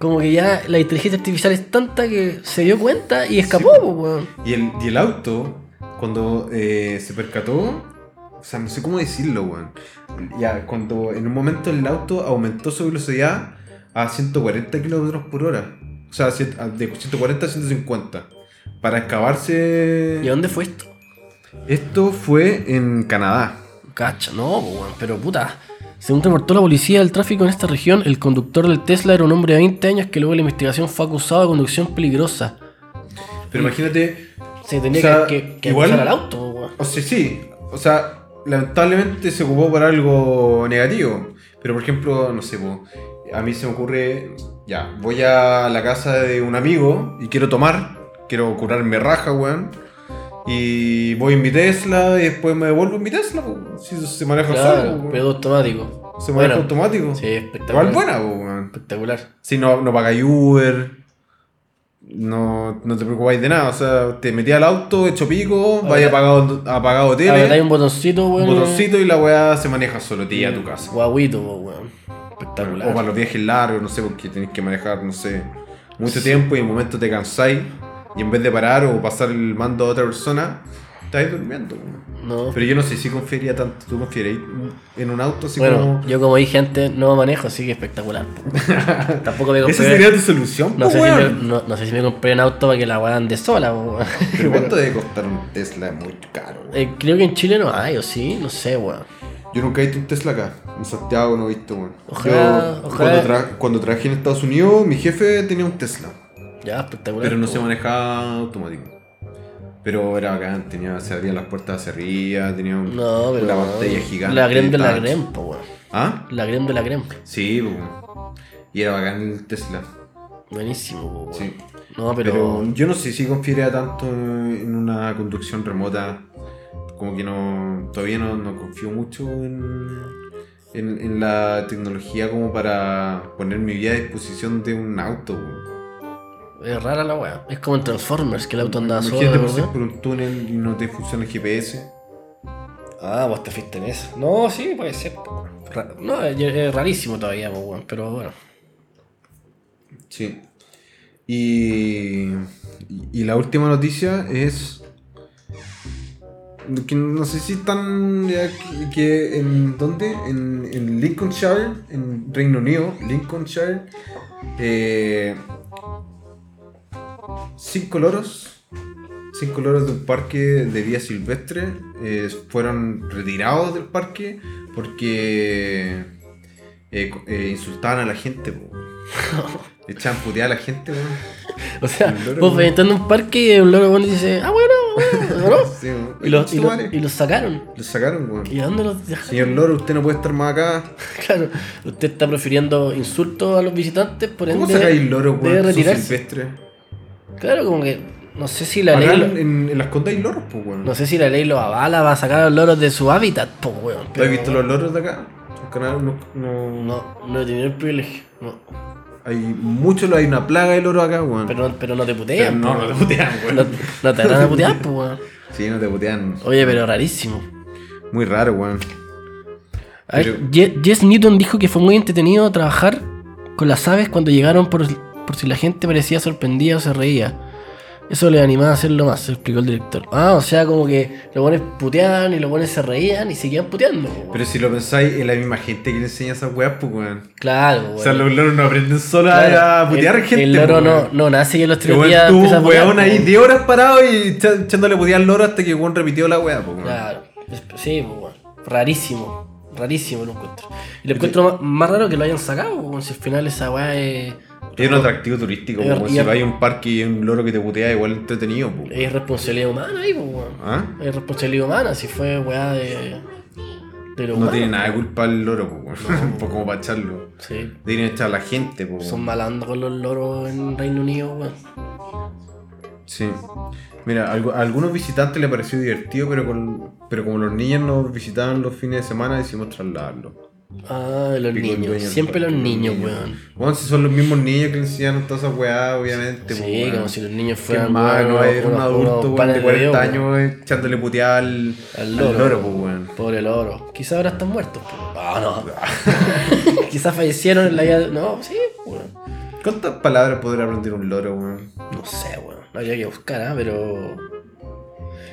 Como que ya la inteligencia artificial es tanta que se dio cuenta y escapó, Sí, po, weón. Y el, y el auto, cuando eh, se percató, o sea, no sé cómo decirlo, weón. Ya, cuando en un momento el auto aumentó su velocidad a 140 kilómetros por hora. O sea, cien- a- de 140 a 150. Para excavarse. ¿Y a dónde fue esto? Esto fue en Canadá. Cacha, no, po, weón, pero puta. Según reportó la policía del tráfico en esta región, el conductor del Tesla era un hombre de 20 años que luego de la investigación fue acusado de conducción peligrosa. Pero imagínate, Se tenía O sea, que, que, que igual- acusar al auto, po, weón. O sea, sí. O sea, lamentablemente se ocupó para algo negativo. Pero por ejemplo, no sé, po, a mí se me ocurre, ya, voy a la casa de un amigo y quiero tomar, quiero curarme raja, weón. Y voy en mi Tesla y después me devuelvo en mi Tesla, po. Si eso se maneja solo, Claro, po, pedo weón. automático. Se maneja Bueno, automático. Sí, espectacular. Igual buena, po, weón. Espectacular. Si no, no pagáis Uber, no, no te preocupáis de nada. O sea, te metí al auto, hecho pico, Ahora- vaya apagado, apagado tele. Apretáis un botoncito, Un weón. botoncito y la weá se maneja solo, te llega a tu casa. Guaguito, po, weón. O para Espectacular. los viajes largos, no sé, porque tenés que manejar, no sé, mucho tiempo y en un momento te cansáis y en vez de parar o pasar el mando a otra persona, estáis durmiendo. weón. No. Pero yo no sé si confiaría tanto, tú confiarías en un auto así bueno, como... yo como dije antes, no manejo, así que espectacular. po. Tampoco me Esa compré. sería tu solución, No po, sé, si me, weón. no, no sé si me compré un auto para que la weá ande sola, po, weón. Pero ¿cuánto debe costar un Tesla? Es muy caro, weón. Eh, creo que en Chile no hay, o sí, no sé, weón. Yo nunca he visto un Tesla acá. En Santiago no he visto, weón. Ojalá- Yo, ojalá- Cuando, tra- cuando trabajé en Estados Unidos, mi jefe tenía un Tesla. Ya, espectacular. Pero no po, se weón. manejaba automático. Pero era bacán, tenía, se abrían las puertas hacia arriba, tenía un- No, pero. una no. pantalla gigante. La creme de la touch. creme, po, weón. ¿Ah? La creme de la creme. Sí, pues, weón. Y era bacán el Tesla. Buenísimo, po, weón. Sí. No, Pero, pero. yo no sé si confiaría tanto en una conducción remota. Como que no. Todavía no, no confío mucho en, en, en la tecnología como para poner mi vida a disposición de un auto. pues. weón. Es rara la weá. Es como en Transformers, que el auto andaba solo. Imagínate pasar ¿verdad? por un túnel y no te funciona el GPS. Ah, vos te fuiste en eso. No, sí, puede ser. po. Ra- No, es, es rarísimo todavía, po, weón, pero bueno. Sí. Y, y la última noticia es que no sé si están ya que, que en dónde en, en Lincolnshire en Reino Unido Lincolnshire eh, cinco loros cinco loros de un parque de vida silvestre eh, fueron retirados del parque porque eh, co- eh, insultaban a la gente po. Le echaban puteada a la gente, weón. O sea, vos vas entrando a un parque y un loro bueno dice, ah, bueno, bueno, ¿no? Sí, weón. y, los, y, Su los, madre. y los sacaron. Lo sacaron, weón. ¿Y a dónde los dejaron? Señor Loro, usted no puede estar más acá. Claro, usted está prefiriendo insultos a los visitantes, por ende. ¿Cómo sacáis loro, weón? Debe Son retirarse. silvestre. Claro, como que. No sé si la Acá ley. en, lo- en- en las condas hay loros, pues, weón. No sé si la ley lo avala va a sacar a los loros de su hábitat, po, weón. ¿Tú has pero- visto los loros de acá? Son canales, no, no- No, no he tenido el privilegio. No. Hay muchos, hay una plaga de loros acá, weón. Pero, no- pero no te Pero putean. no, po, no te weón. putean, No, weón. no te van a putear, po, weón. Sí, no te putean. Oye, pero rarísimo. Muy raro, weón. A ver, Pero- Je- Jess Newton dijo que fue muy entretenido trabajar con las aves cuando llegaron por, por si la gente parecía sorprendida o se reía. Eso le animaba a hacerlo más, explicó el director. Ah, o sea, como que los buenos puteaban y los buenos se reían y seguían puteando. po. Pero si lo pensáis, es la misma gente que le enseña esas weas, pues, weón. claro, po, O sea, weón. los loros no aprenden solo a- Claro, a putear el, gente. El pues, loro no, weón. no nace y a los Que, tres weón, días. tuvo empieza a un putear, weón ahí po. 10 horas parado y echa- echándole putear al loro hasta que el weón repitió la wea, pues, weón. Claro, es- sí, po, weón. rarísimo. Rarísimo lo encuentro. Y lo encuentro más, más raro que lo hayan sacado, po, weón, si al final esa weá es. Es un atractivo turístico, Es- pues, weón. y Si es- vas a un parque y hay un loro que te putea, igual entretenido, pues. weón. Es responsabilidad humana ahí, po, weón. ¿Ah? Es responsabilidad humana, si fue weá de. de lo No humano. tiene nada de culpa el loro, pues, weón. Pues, como para echarlo. Sí. Deberían echar a la gente, pues. weón. Son malandros los loros en Reino Unido, weón. Sí. Mira, algu- a algunos visitantes le pareció divertido, pero, con, pero como los niños nos visitaban los fines de semana, decidimos trasladarlo. Ah, los Pico el dueño niños. del Siempre los parque, niños, weón. Bueno, si son los mismos niños que le enseñaron todas esas weas, obviamente. Sí, pues, weón. como si los niños Qué fueran. más, weón, no va a haber un unos- unos adulto, weón, panes de de 40 Dios, weón. años eh, echándole puteada al, Al loro. pues, weón. Pobre loro. Quizás ahora están muertos. po. Ah, no. Quizás fallecieron en la vida. No, sí, weón. ¿Cuántas palabras podrá aprender un loro, weón? No sé, weón. No había que buscar, ¿ah? Pero.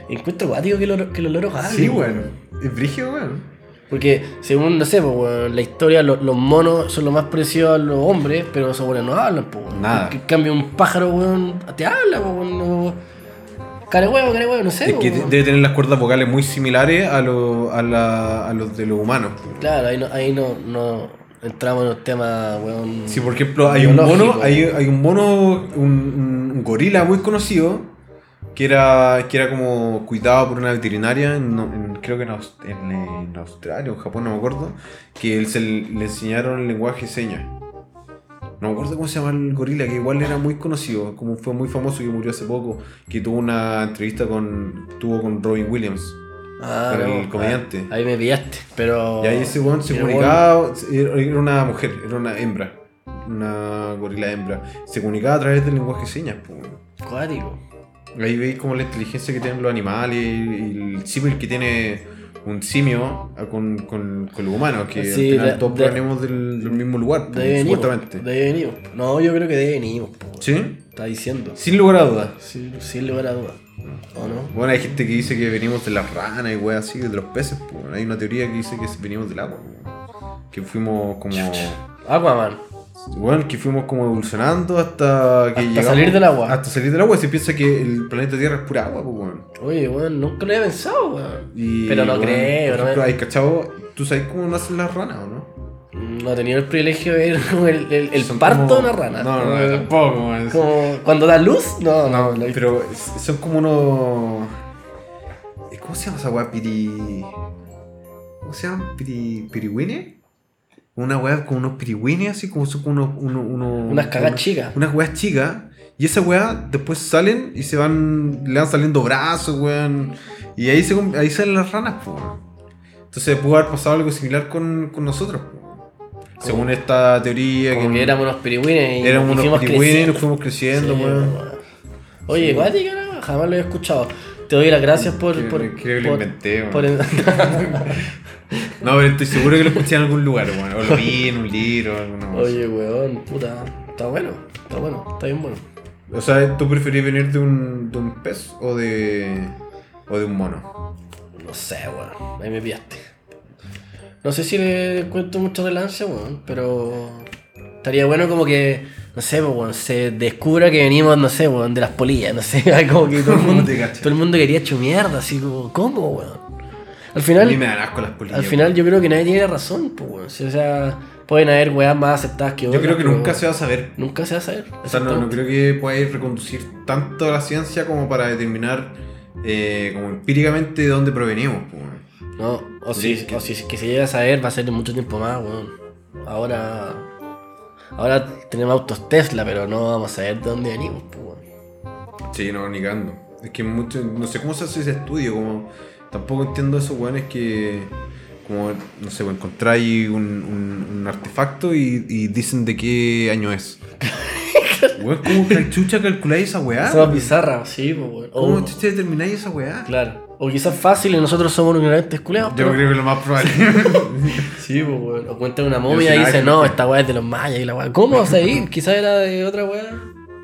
Encuentro guático que, lo- que los loros hablen. Ah, sí, weón. Es brígido, weón. Porque, según, no sé, pues, weón, la historia, lo- los monos son lo más parecido a los hombres, pero esos weones no hablan, pues, weón. Nada. En cambio, un pájaro, weón, te habla, pues, weón. no- Cara de huevo, cara de huevo, no sé, Es po, que weón. debe tener las cuerdas vocales muy similares a, lo- a, la- a los de los humanos. pues. Claro, ahí no, ahí no, no entramos en los temas, weón. Si por ejemplo hay un Biológico. mono, hay, hay un mono, un, un- un gorila muy conocido, que era, que era como cuidado por una veterinaria, en- en- creo que en, Aus- en, eh, en Australia o en Japón, no me acuerdo, que él se le le enseñaron el lenguaje de señas. No me acuerdo cómo se llama el gorila, que igual era muy conocido, como fue muy famoso que murió hace poco, que tuvo una entrevista con, tuvo con Robin Williams. Ah, Pero no, el comediante. Ahí me pillaste, pero. Y ahí ese weón se pero, comunicaba, era era una mujer, era una hembra, una gorila hembra. Se comunicaba a través del lenguaje de señas. po, weón. weón, Cuático. Ahí veis como la inteligencia que tienen los animales y el símil que tiene un simio a- con, con, con los humanos, que Sí, al final de- todos de- provenimos del, del mismo lugar, po, De ahí venimos. supuestamente. De ahí venimos. No, yo creo que de ahí venimos, po, weón. ¿Sí? Mm. Está diciendo. Sin lugar a dudas. Sin, sin lugar a dudas. ¿O no? Bueno, hay gente que dice que venimos de las ranas y weas así, de los peces. po, weón. Hay una teoría que dice que venimos del agua. weón. Que fuimos como... Aquaman. Bueno, que fuimos como evolucionando hasta que Hasta salir del agua. Hasta salir del agua. Se piensa que el planeta Tierra es pura agua, pues, weón. Oye, weón, nunca lo había pensado, weón. Y, Pero no weón, creo, por no ejemplo, me- hay cachao, ¿tú sabes cómo nacen las ranas o no? No he tenido el privilegio de ver como el, el- el Son parto como- de una rana. No, no, no, Como- tampoco, weón. Como cuando da luz, no, no, no. Pero es- son como unos. eh, ¿Cómo se llama esa weá? Piri. ¿Cómo se llama? Piri... ¿Pirigüines? Una weá con unos pirigüines, así como son como unos. unos- unos- Unas cagas unos- chicas. unas weas chicas. Y esas weas después salen y se van. Le van saliendo brazos, weón. Y ahí, se, com- ahí salen las ranas, po, weón. Entonces pudo haber pasado algo similar con, con nosotros, po. Según esta teoría Como que éramos unos pirigüines y éramos y unos fuimos pirigüines, nos creciendo. fuimos creciendo, Sí, weón. weón. Oye, cuática, no, jamás lo he escuchado. Te doy las gracias por. Creo- por, creo que lo por- inventé, weón. por- No, pero estoy seguro que lo escuché en algún lugar, weón. O lo vi en un libro, alguna cosa. Oye, weón, puta. Está bueno, está bueno, está bien bueno. O sea, ¿tú preferís venir de un, de un pez o de. o de un mono? No sé, weón. Ahí me pillaste. No sé si le encuentro mucho relance, weón, pero. Estaría bueno como que. No sé, pues, weón, se descubra que venimos, no sé, weón, de las polillas, no sé. como que todo el mundo, Te cacho. todo el mundo quería hecho mierda, así como, ¿cómo, weón? Al A mí final, me dan asco las polillas. al final yo creo que nadie tiene razón, pues, weón. O sea, pueden haber weas más aceptadas que Yo otras. creo que pero nunca se va a saber. Nunca se va a saber. O sea, no, no creo que podáis reconducir tanto la ciencia como para determinar eh, como empíricamente de dónde provenimos. pues, weón. No, o si, Sí, que- o si que se llega a saber va a ser en mucho tiempo más, weón. Ahora. Ahora tenemos autos Tesla, pero no vamos a saber de dónde venimos, pues, weón. Sí, no, ni cagando. Es que mucho, no sé cómo se hace ese estudio, como tampoco entiendo esos weones que como, no sé, weón, encontráis un, un- un artefacto y, y dicen de qué año es. weón, ¿cómo cal- chucha calculáis esa weá? Somos bizarras, sí, pues, weón. O- Ah, ¿Cómo chucha determináis esa weá? claro. O quizás fácil y nosotros somos unos ignorantes culeados. Yo pero- creo que lo más probable. Sí, pues, weón. O cuentan una Yo momia sé y nada dicen, que- no, esta weá es de los mayas y la weá. ¿Cómo vas a ir? Quizás era de otra weá.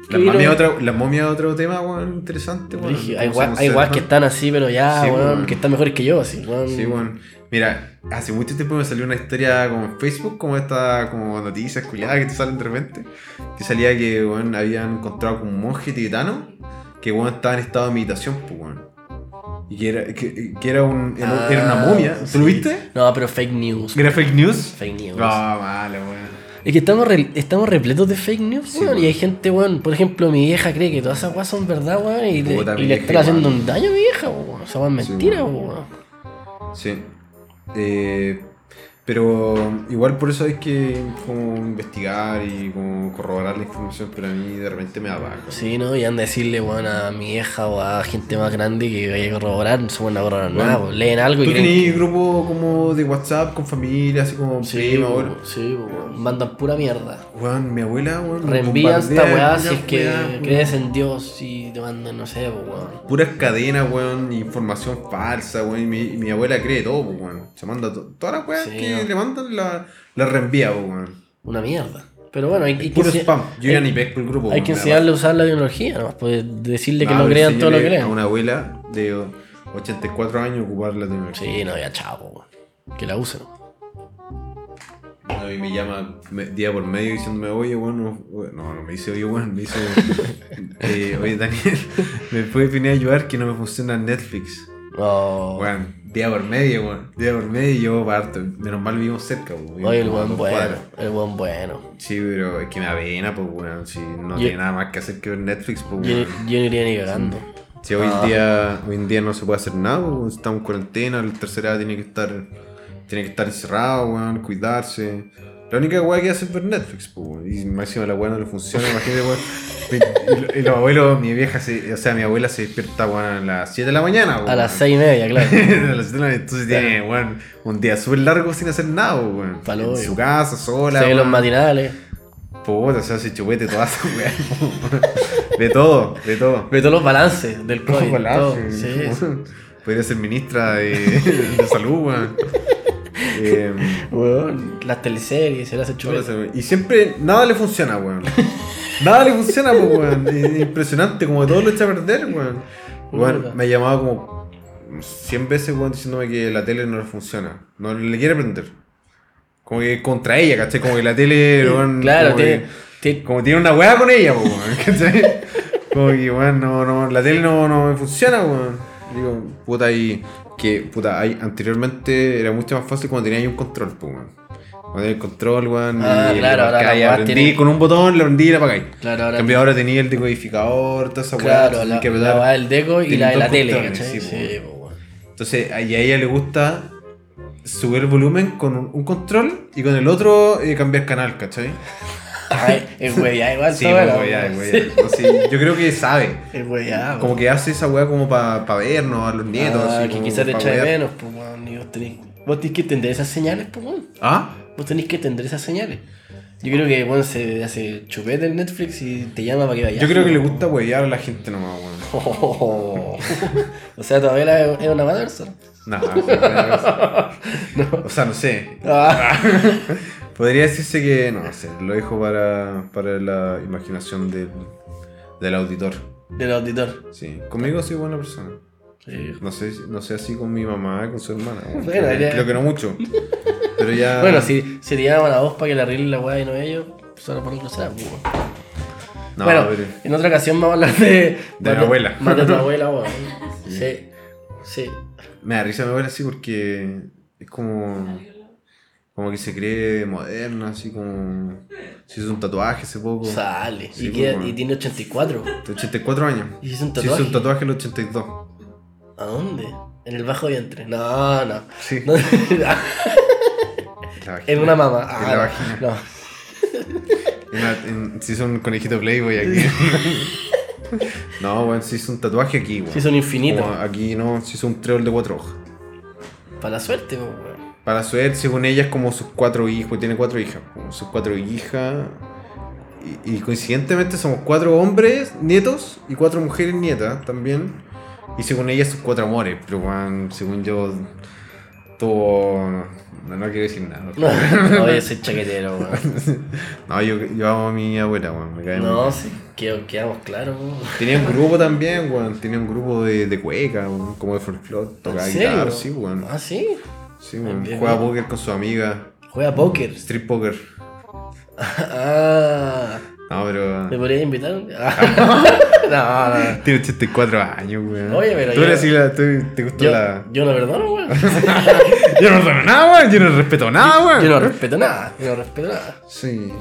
la, momia otro, la momia otro tema, weón, interesante, weón. Brígido. Hay Cómo se weas hay conserva. weas que están así, pero ya, Sí, weón, weón. que están mejores que yo, así, weón. Sí, bueno. Mira, hace mucho tiempo me salió una historia como en Facebook, como esta, como noticias culiadas que te salen de repente. Que salía que, bueno, habían encontrado con un monje tibetano que, bueno, estaba en estado de meditación, pues, bueno. Y que era, que, que era, un, era, era una Ah, momia. ¿Tú lo sí. viste? Ah, No, pero fake news. ¿Que era fake news? Fake news. No, vale, bueno. Es que estamos, re- estamos repletos de fake news, Sí, weón. Y weón. hay gente, weón. Por ejemplo, mi vieja cree que todas esas weas son verdad, weón. Y, le- Puta, mi y le vieja están haciendo igual. un daño a mi vieja, weón. Esa wea es Sí, mentira, weón. weón. Sí. Eh, pero igual por eso hay que como investigar y como corroborar la información, pero a mí de repente me abajo. Sí, ¿no? Y anda a decirle, weón, a mi vieja o a gente más grande que vaya a corroborar. No se van a corroborar Weón, nada, weón. Leen algo y ¿Tú creen tenés que- grupo como de WhatsApp con familia, así como Sí, prima, weón. weón? Sí, weón. Mandan pura mierda. Weón, mi abuela, weón. me Reenvían esta bombardea weá con si es puras que weas, weón. crees en Dios y te mandan, no sé, pues, weón. Puras cadenas, weón, información falsa, weón. Y mi, y mi abuela cree todo, pues, weón. Se manda to- todas las weas Sí, que weón. le mandan, la, la reenvía, pues, weón. Una mierda. Pero bueno, hay, hay que Puro ense- spam. Yo hay- ya ni pesco el grupo. Hay weón, que me da enseñarle a usar la biología, nomás, pues decirle que paja. no crean Enseñarle todo lo que A creen. una abuela de 84 años ocupar la tecnología. Sí, no, ya chao, po, weón. que la usen. A mí me llama me- día por medio diciéndome, oye, bueno, no, no me dice, oye, bueno, me dice, eh, oye, Daniel, ¿me puedes venir a ayudar que no me funciona Netflix? No. Bueno, día por medio, bueno, día por medio y yo parto. Menos mal vivimos cerca, weón. vivimos Oye, el como a buen dos bueno. cuadras. El buen bueno. Sí, pero es que me da pena, pues, bueno, si no Yo- tiene nada más que hacer que ver Netflix, pues, Yo, bueno. yo no iría ni cagando. Si hoy Ah. en día, hoy en día no se puede hacer nada, pues, weón, estamos en cuarentena, la tercera edad tiene que estar, tiene que estar encerrado, weón, cuidarse. La única weá que hace es ver Netflix, pues, weón, y máximo la weá no le funciona, imagínate, weón. Y- Y, los abuelos, mi vieja se, o sea, mi abuela se despierta weón, a las 7 de la mañana, A weón. las seis y media, claro. A las siete de la mañana, entonces tiene, weón, un día súper largo sin hacer nada, weón. Pa'l En hoyo. su casa, sola. Se ven los weón. matinales. Puta, se hace chupete toda esa weá. De todo, de todo. Ve todos los balances del Ojo, COVID. ojalá, todo. sí. Sí, sí. Podría ser ministra de, de salud, weón. Eh, Weón, las teleseries, se las hace todo chupete. eso, weón. y siempre nada le funciona, weón. Nada le funciona, pues, weón. Es impresionante, como todo lo echa a perder, weón. Weón, me ha llamado como 100 veces, weón, diciéndome que la tele no le funciona. No le quiere prender. Como que contra ella, ¿cachai? Como que la tele, weón. Claro, como que- tiene, tiene- como tiene una weá con ella, po, weón, ¿cachai? Como que, weón, no, no, la tele no, no me funciona, weón. Digo, puta, y que, puta, ahí anteriormente era mucho más fácil cuando tenía ahí un control, po, weón. Cuando tenía el control, weón, Ah, y claro, ahora apagaba, las y weas aprendí tienen- con un botón, lo prendí y la apagáis. Claro, En ahora. cambio, ahora tenía el decodificador, toda esa weá. Claro, entonces la, tenía que la apretar. weá del deco y tiene la de la dos tele, botones, sí, ¿cachai? Sí, po, weón. Entonces, ahí a ella le gusta subir el volumen con un, un control y con el otro eh, cambiar canal, ¿cachai? Ay, es weyá igual, Sí, esa pues, weá, weá, weón. weá. No, sí, yo creo que sabe. Es weyá, Como weón. que hace esa weá como para vernos a los nietos. Ah, así, que como quizás te pa' echa de wear. menos, pues, weón. y Vos tenés, vos tenés que entender esas señales, pues, weón. ¿Ah? Vos tenés que entender esas señales. Yo creo que, weón, se hace chupete en Netflix y te llama para que vayas. Yo creo que le gusta huevear a la gente nomás, weón. o sea, todavía la- es una mala persona. Nah, no. O sea, no sé. Ah, Podría decirse que, no, no sé, lo dejo para, para la imaginación del, del auditor. del auditor. Eh, Sí. Conmigo soy buena persona. Sí. No sé, si- no sé así con mi mamá, con su hermana. weón. Bueno, Creo que- ya. creo que no mucho. Pero ya. Bueno, si, si te llaman a vos para que le arreglen la weá y no a ellos, solo por lo que sea, pues, weón. No, bueno, pero- en otra ocasión vamos a hablar de. mi más abuela. Más de tu abuela, weón. Sí. Sí. Me da risa mi abuela así porque es como. Como que se cree moderna, así como. Se hizo un tatuaje hace poco. Sale. Uh. Sí, y, queda- pues, y tiene 84. De 84 años. Y hizo un Se hizo un tatuaje. tatuaje en los 82. ¿A dónde? En el bajo vientre. No, no. Sí. No, La en vagina. una mama. En la Ah, vagina. no. En la- en- se hizo un conejito Playboy aquí. no, bueno, se hizo un tatuaje aquí, weón. Se hizo un infinito. Como aquí no, se hizo un trébol de cuatro hojas. Para la suerte, po, weón. Para suerte, según ella, es como sus cuatro hijos, tiene cuatro hijas. como sus cuatro hijas. Y, y coincidentemente somos cuatro hombres nietos y cuatro mujeres nietas también. Y según ella, sus cuatro amores. Pero, weón, según yo, tuvo. No, no quiero decir nada. No, oye, ese chaquetero, weón. No, yo, yo amo a mi abuela, weón. Me cae muy No, bien. sí, qued- quedamos claros, po. Tenía un grupo también, weón. Tenía un grupo de, de cueca, weón, como de folclore. Tocaba ¿En serio? guitarra, sí, weón. Ah, sí. Sí, weón. Bien. Jugaba póker con su amiga. Juega póker. Street poker. Ah, No, pero. ¿me podrías invitar? Ah, no, no. Tiene 84 años, weón. Oye, pero Tú yo- eres así la- tú- te gusta Yo, la. yo no perdono, weón. Yo no respeto nada, weón. Yo no respeto nada, weón. Yo no respeto nada. Yo no respeto nada. Sí.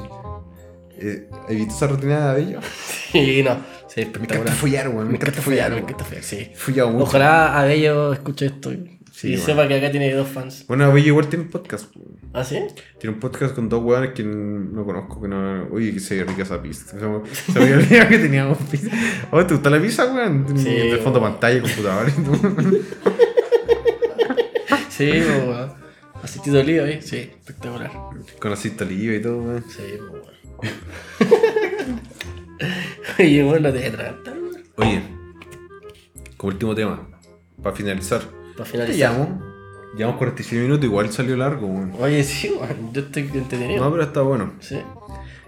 Eh, ¿Has visto esa rutina de ellos? Sí, no. Me encanta Sí, espectacular. follar, weón. Me encanta follar, me weón. encanta follar, sí. He Follado mucho. Ojalá Abello escuche esto y Sí, y bueno. sepa que acá tiene dos fans. Bueno, Bello igual tiene un podcast, weón. ¿Ah, sí? Tiene un podcast con dos weones que no conozco, que no. Uy, que se ve rica esa pizza. Se me había olvidado que teníamos pizza. Oh, ¿te gusta la pizza, weón? Sí, oh. de fondo weón. pantalla, computador y todo. Sí, po, weón. Asistido lío, eh. Sí, espectacular. Con aceite de oliva y todo, weón. Sí, po, weón. Oye, weón, no te voy a tragar tan, weón. Oye, como último tema, para finalizar. Para Te finalizar. llamo. Llevamos 45 minutos, igual salió largo, weón. Oye, sí, weón. Yo estoy entretenido. No, pero está bueno. Sí.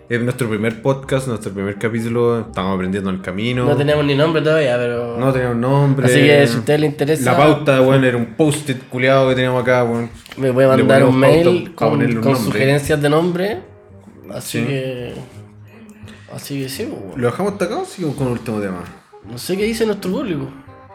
Es nuestro primer podcast, nuestro primer capítulo. Estamos aprendiendo en el camino. No tenemos ni nombre todavía, pero. No tenemos nombre. Así que si a usted le interesa, La pauta, weón, era un post-it culiado que teníamos acá, weón. me puede le mandar ponemos un pauta mail para ponerle con, un con nombre. sugerencias de nombre. Así Sí. que. Así que sí, pues, bueno. ¿Lo dejamos hasta acá o sigo con el último tema? No sé qué dice nuestro público.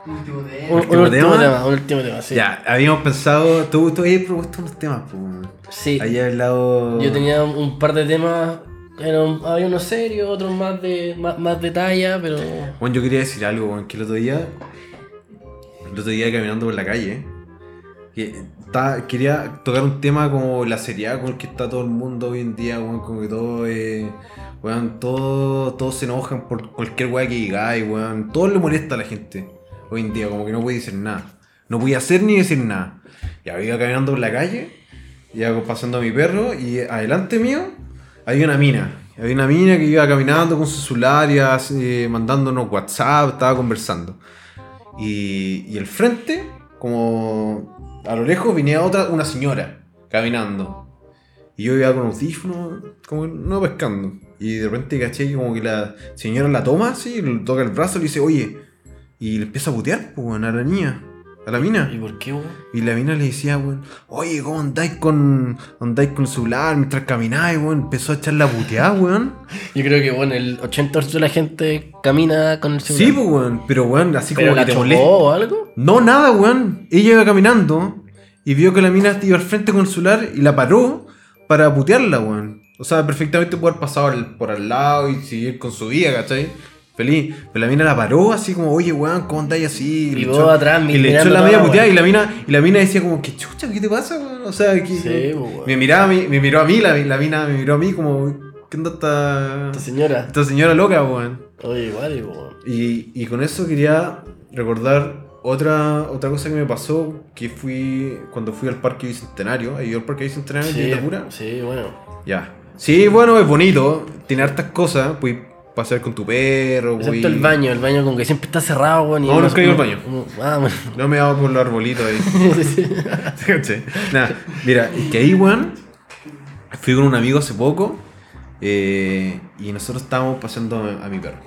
Último de Un, un ¿Último último tema? tema? un último tema, sí. Ya, habíamos pensado. Tú, tú habías propuesto unos temas, pues, weón. Sí. Habías hablado. Yo tenía un- un par de temas. era un- había unos serios, otros más de más, más de talla, pero. Bueno, yo quería decir algo, weón, que el otro día. El otro día caminando por la calle. que ta- quería tocar un tema como la seriedad con el que está todo el mundo hoy en día, weón, como que todo eh, weón, todo- todos se enojan por cualquier weá que digáis, weón. Todo le molesta a la gente hoy en día, como que no puede decir nada. No puede hacer ni decir nada. Y iba caminando por la calle, iba pasando a mi perro y adelante mío había una mina. Había una mina que iba caminando con su celular, iba así, mandándonos WhatsApp, estaba conversando. Y, y al frente, como a lo lejos, venía otra, una señora caminando. Y yo iba con audífonos, como que no pescando. Y de repente caché que como que la señora la toma así, le toca el brazo, le dice, oye, y le empieza a putear, pues, weón, a la niña, a la mina. ¿Y por qué, weón? Y la mina le decía, weón, oye, ¿cómo andáis con, andáis con el celular mientras camináis, weón? Empezó a echar la puteada, weón. Yo creo que, bueno, el 80% de la gente camina con el celular. Sí, pues, weón, pero weón, así pero como la que te chocó molesta. o algo. No, nada, weón. Ella iba caminando y vio que la mina iba al frente con el celular y la paró para putearla, weón. O sea, perfectamente pudo haber pasado al- por al lado y seguir con su vida, ¿cachai? Feliz. Pero la mina la paró así como, oye, weón, ¿cómo andáis así? Y le vos echó- atrás Y le echó la mirando toda media la puteada weá. y la mina, y la mina decía como, ¿qué chucha? ¿Qué te pasa, weón? O sea, que, Sí, pues, weón. me, miraba, a mí- me, miró a mí, la, la mina me miró a mí como, ¿qué onda esta, Esta señora. esta señora loca, weón? Oye, igual, weón. Y, y con eso quería recordar otra, otra cosa que me pasó, que fui cuando fui al Parque Bicentenario, ahí al Parque Bicentenario de Sí, Vitacura. sí, bueno. Ya. Sí, bueno, es bonito, tiene hartas cosas, puedes pasear con tu perro, puedes- Excepto el baño, el baño como que siempre está cerrado, weón. y No, nunca he ido al no- baño. no- Ah, bueno. No me hago por los arbolitos ahí. ¿Te caché? Nada, mira, es que ahí, weón, fui con un amigo hace poco eh, y nosotros estábamos paseando a, a mi perro.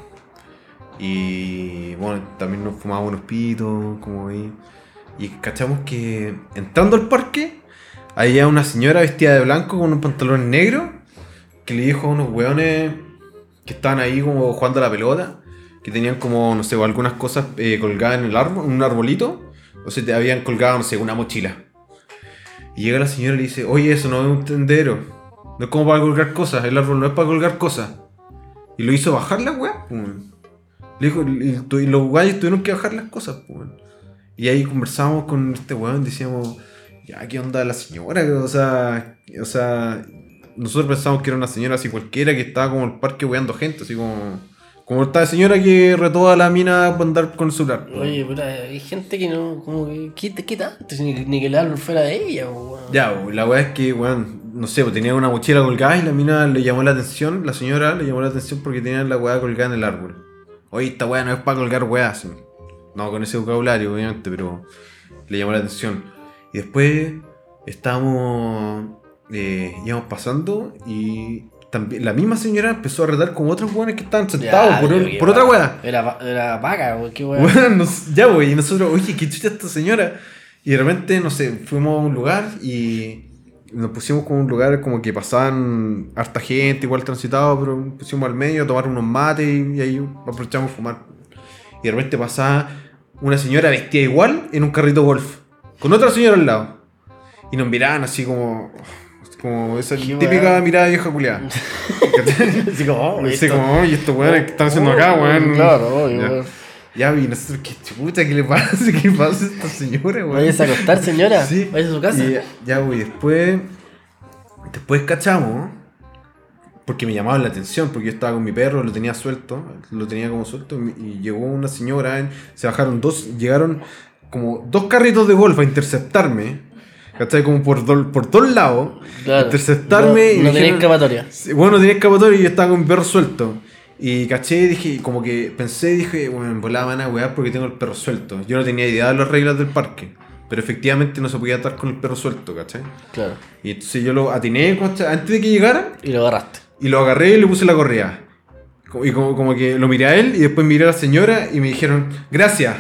Y bueno, también nos fumábamos unos pitos, como ahí. Y cachamos que entrando al parque, había una señora vestida de blanco con un pantalón negro que le dijo a unos weones que estaban ahí como jugando a la pelota, que tenían como, no sé, o algunas cosas eh, colgadas en el árbol, en un arbolito, o sea, te habían colgado, no sé, una mochila. Y llega la señora y le dice, oye, eso no es un tendero. No es como para colgar cosas, el árbol no es para colgar cosas. Y lo hizo bajar la weá, pues, weón. Le dijo, y, tu- y los guayos tuvieron que bajar las cosas, pues, weón. Y ahí conversábamos con este weón, decíamos, ya, ¿qué onda la señora? O sea, o sea, nosotros pensábamos que era una señora así cualquiera que estaba como en el parque weando gente, así como... Como esta señora que retó a la mina por andar con el celular. pues. Oye, puta, hay gente que no, como que, ¿qué, qué tanto? Si Ni, ni que el árbol fuera de ella, po, weón. Ya, bo, la weá es que, weón, no sé, bo, tenía una mochila colgada y la mina le llamó la atención, la señora le llamó la atención porque tenía la weá colgada en el árbol. Oye, esta weá no es para colgar weá, sí. No, con ese vocabulario, obviamente, pero le llamó la atención. Y después estábamos, eh, íbamos pasando y también la misma señora empezó a retar con otros weones que estaban sentados Ya, por, yo un- qué por otra vaga. weá. Era, va- era vaca, weón, qué weón. Bueno, nos- ya, güey, y nosotros, oye, qué chucha esta señora. Y de repente, no sé, fuimos a un lugar y nos pusimos como un lugar como que pasaban harta gente, igual transitado, pero nos pusimos al medio a tomar unos mates y, y ahí aprovechamos a fumar. Y de repente pasaba una señora vestida igual en un carrito golf, con otra señora al lado. Y nos miraban así como, como esa Qué típica weá. mirada vieja culiada. Así como, oh, Así esto- como, oye, estos weones que están haciendo acá, Oh, weón. Claro, oye, Ya. weón. Ya, vi, nosotros, qué chuta, ¿qué le pasa? ¿Qué le pasa a esta señora, güey? Vayas a acostar, señora. Sí. Vayas a su casa. Y ya, güey, después. Después cachamos. Porque me llamaban la atención, porque yo estaba con mi perro, lo tenía suelto, lo tenía como suelto, y llegó una señora, en- se bajaron dos, llegaron como dos carritos de golf a interceptarme, ¿cachai? Como por, dol- por dos lados, Claro. interceptarme No, y no me tenía dijeron- escapatoria. Sí, Bueno, tenía escapatoria y yo estaba con mi perro suelto. Y caché, dije, como que pensé, dije, bueno, volaba van a wear porque tengo el perro suelto. Yo no tenía idea de las reglas del parque. Pero efectivamente no se podía estar con el perro suelto, ¿cachai? Claro. Y entonces yo lo atiné ¿cachai? antes de que llegara Y lo agarraste. y lo agarré y le puse la correa. Co- Y como, como que lo miré a él y después miré a la señora y me dijeron, gracias.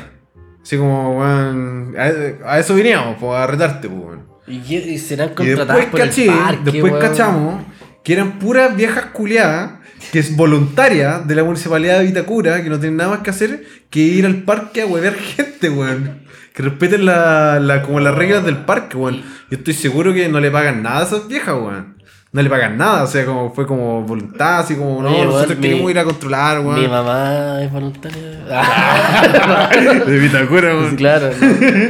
Así como, weón, a, a eso veníamos, po, a retarte, po, weón. ¿Y, qué- y serán Y contratadas después por caché, el parque, después weón? cachamos que eran puras viejas culiadas, que es voluntaria de la municipalidad de Vitacura, que no tienen nada más que hacer que ir al parque a huevear gente, weón. Que respeten la, la- como las reglas del parque, weón. Yo estoy seguro que no le pagan nada a esas viejas, weón. No le pagan nada, o sea, como fue como voluntad, así como, no, Oye, weón, nosotros mi- queremos ir a controlar, Mi weón. mamá es voluntaria. Ah, De Vitacura, pues weón. claro. no.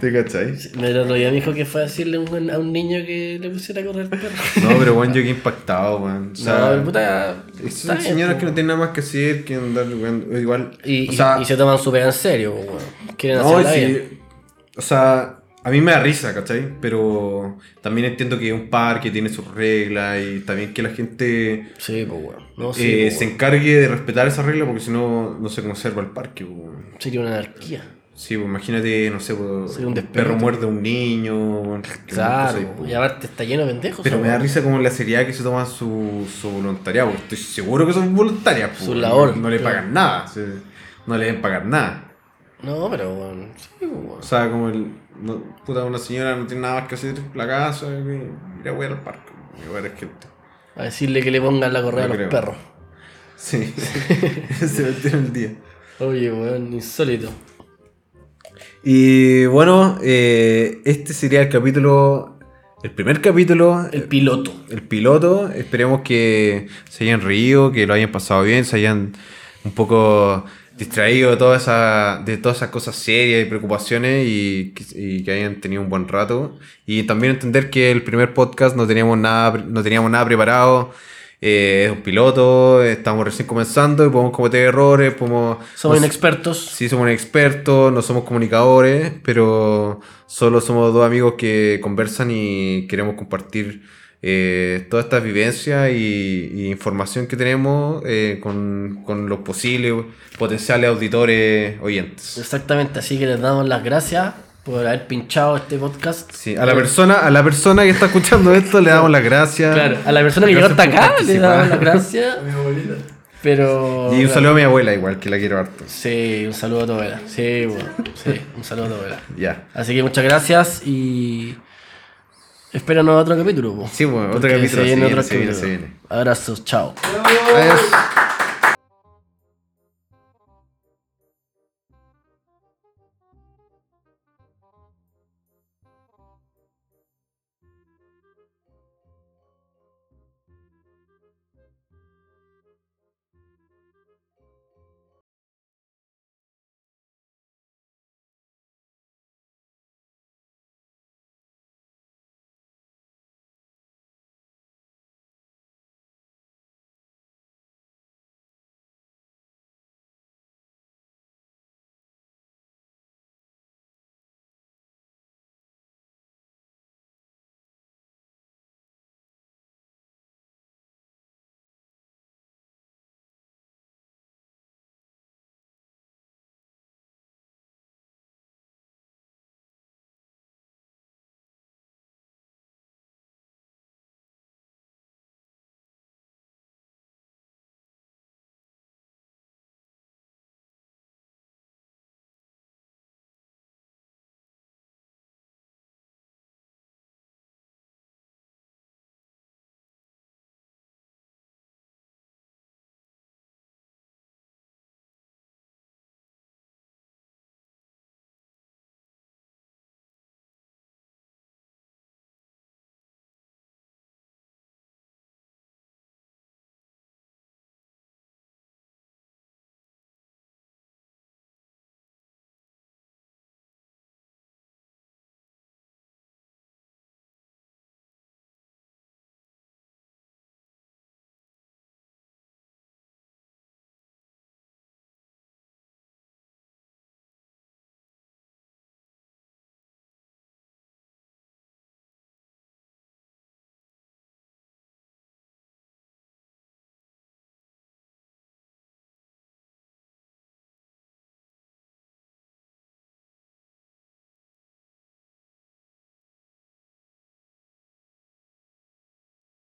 ¿Te cacháis? Me lo rollo, me dijo que fue a decirle a un- a un niño que le pusiera a correr el perro. No, pero weón, yo quedé impactado, weón. O sea, no, puta. está Son bien, señoras po. que no tienen nada más que hacer, que andar jugando. Igual. Y, o sea, y se toman súper en serio, po, weón. Quieren no, hacerla sí, bien. o sea, a mí me da risa, ¿cachai? Pero también entiendo que es un parque, tiene sus reglas y también que la gente Sí, pues weón. No, sí, eh, po, se weón. encargue de respetar esas reglas porque si no, no se conserva el parque. po, weón. Sería una anarquía. Sí, pues, imagínate, no sé, po, Sí, un perro despelote. muerde a un niño. weón, que Claro, cosas ahí, po. y aparte está lleno de pendejos. Pero o me da sea, risa como la seriedad que se toma su, su voluntariado, porque estoy seguro que son voluntarias. po. Su labor, No, le claro. pagan nada, se- no le deben pagar nada. No, pero weón. Sí, po, weón. O sea, como el, no- puta, una señora no tiene nada más que hacer en la casa, y mira, voy al parque, y voy a ver gente. A decirle que le pongan la correa No a los creo. perros. Sí, se metió en el día. Oye, weón, insólito. Y bueno, eh, este sería el capítulo, el primer capítulo, El piloto. el piloto. Esperemos que se hayan reído, que lo hayan pasado bien, se hayan un poco distraído de, toda esa, de todas esas cosas serias y preocupaciones y, que- y que hayan tenido un buen rato. Y también entender que el primer podcast no teníamos nada, pre- no teníamos nada preparado. eh, es un piloto, estamos recién comenzando y podemos cometer errores, podemos... Somos no sé- inexpertos. Sí, somos expertos, no somos comunicadores, pero solo somos dos amigos que conversan y queremos compartir eh, todas estas vivencias y, y información que tenemos eh, con, con los posibles potenciales auditores oyentes. Exactamente, así que les damos las gracias por haber pinchado este podcast. Sí, a la persona, a la persona que está escuchando esto le damos las gracias. Claro, a la persona que llegó Gracias hasta por acá le participar. damos las gracias. Pero. Y un saludo a mi abuela igual, que la quiero harto. Sí, un saludo a tu abuela. Sí, bueno, sí, un saludo a tu abuela. Ya. Así que muchas gracias y. Espéranos otro capítulo. po. Sí, bueno, otro Porque capítulo, se viene se viene, otro se viene, capítulo. se viene. Abrazos, chao. Adiós.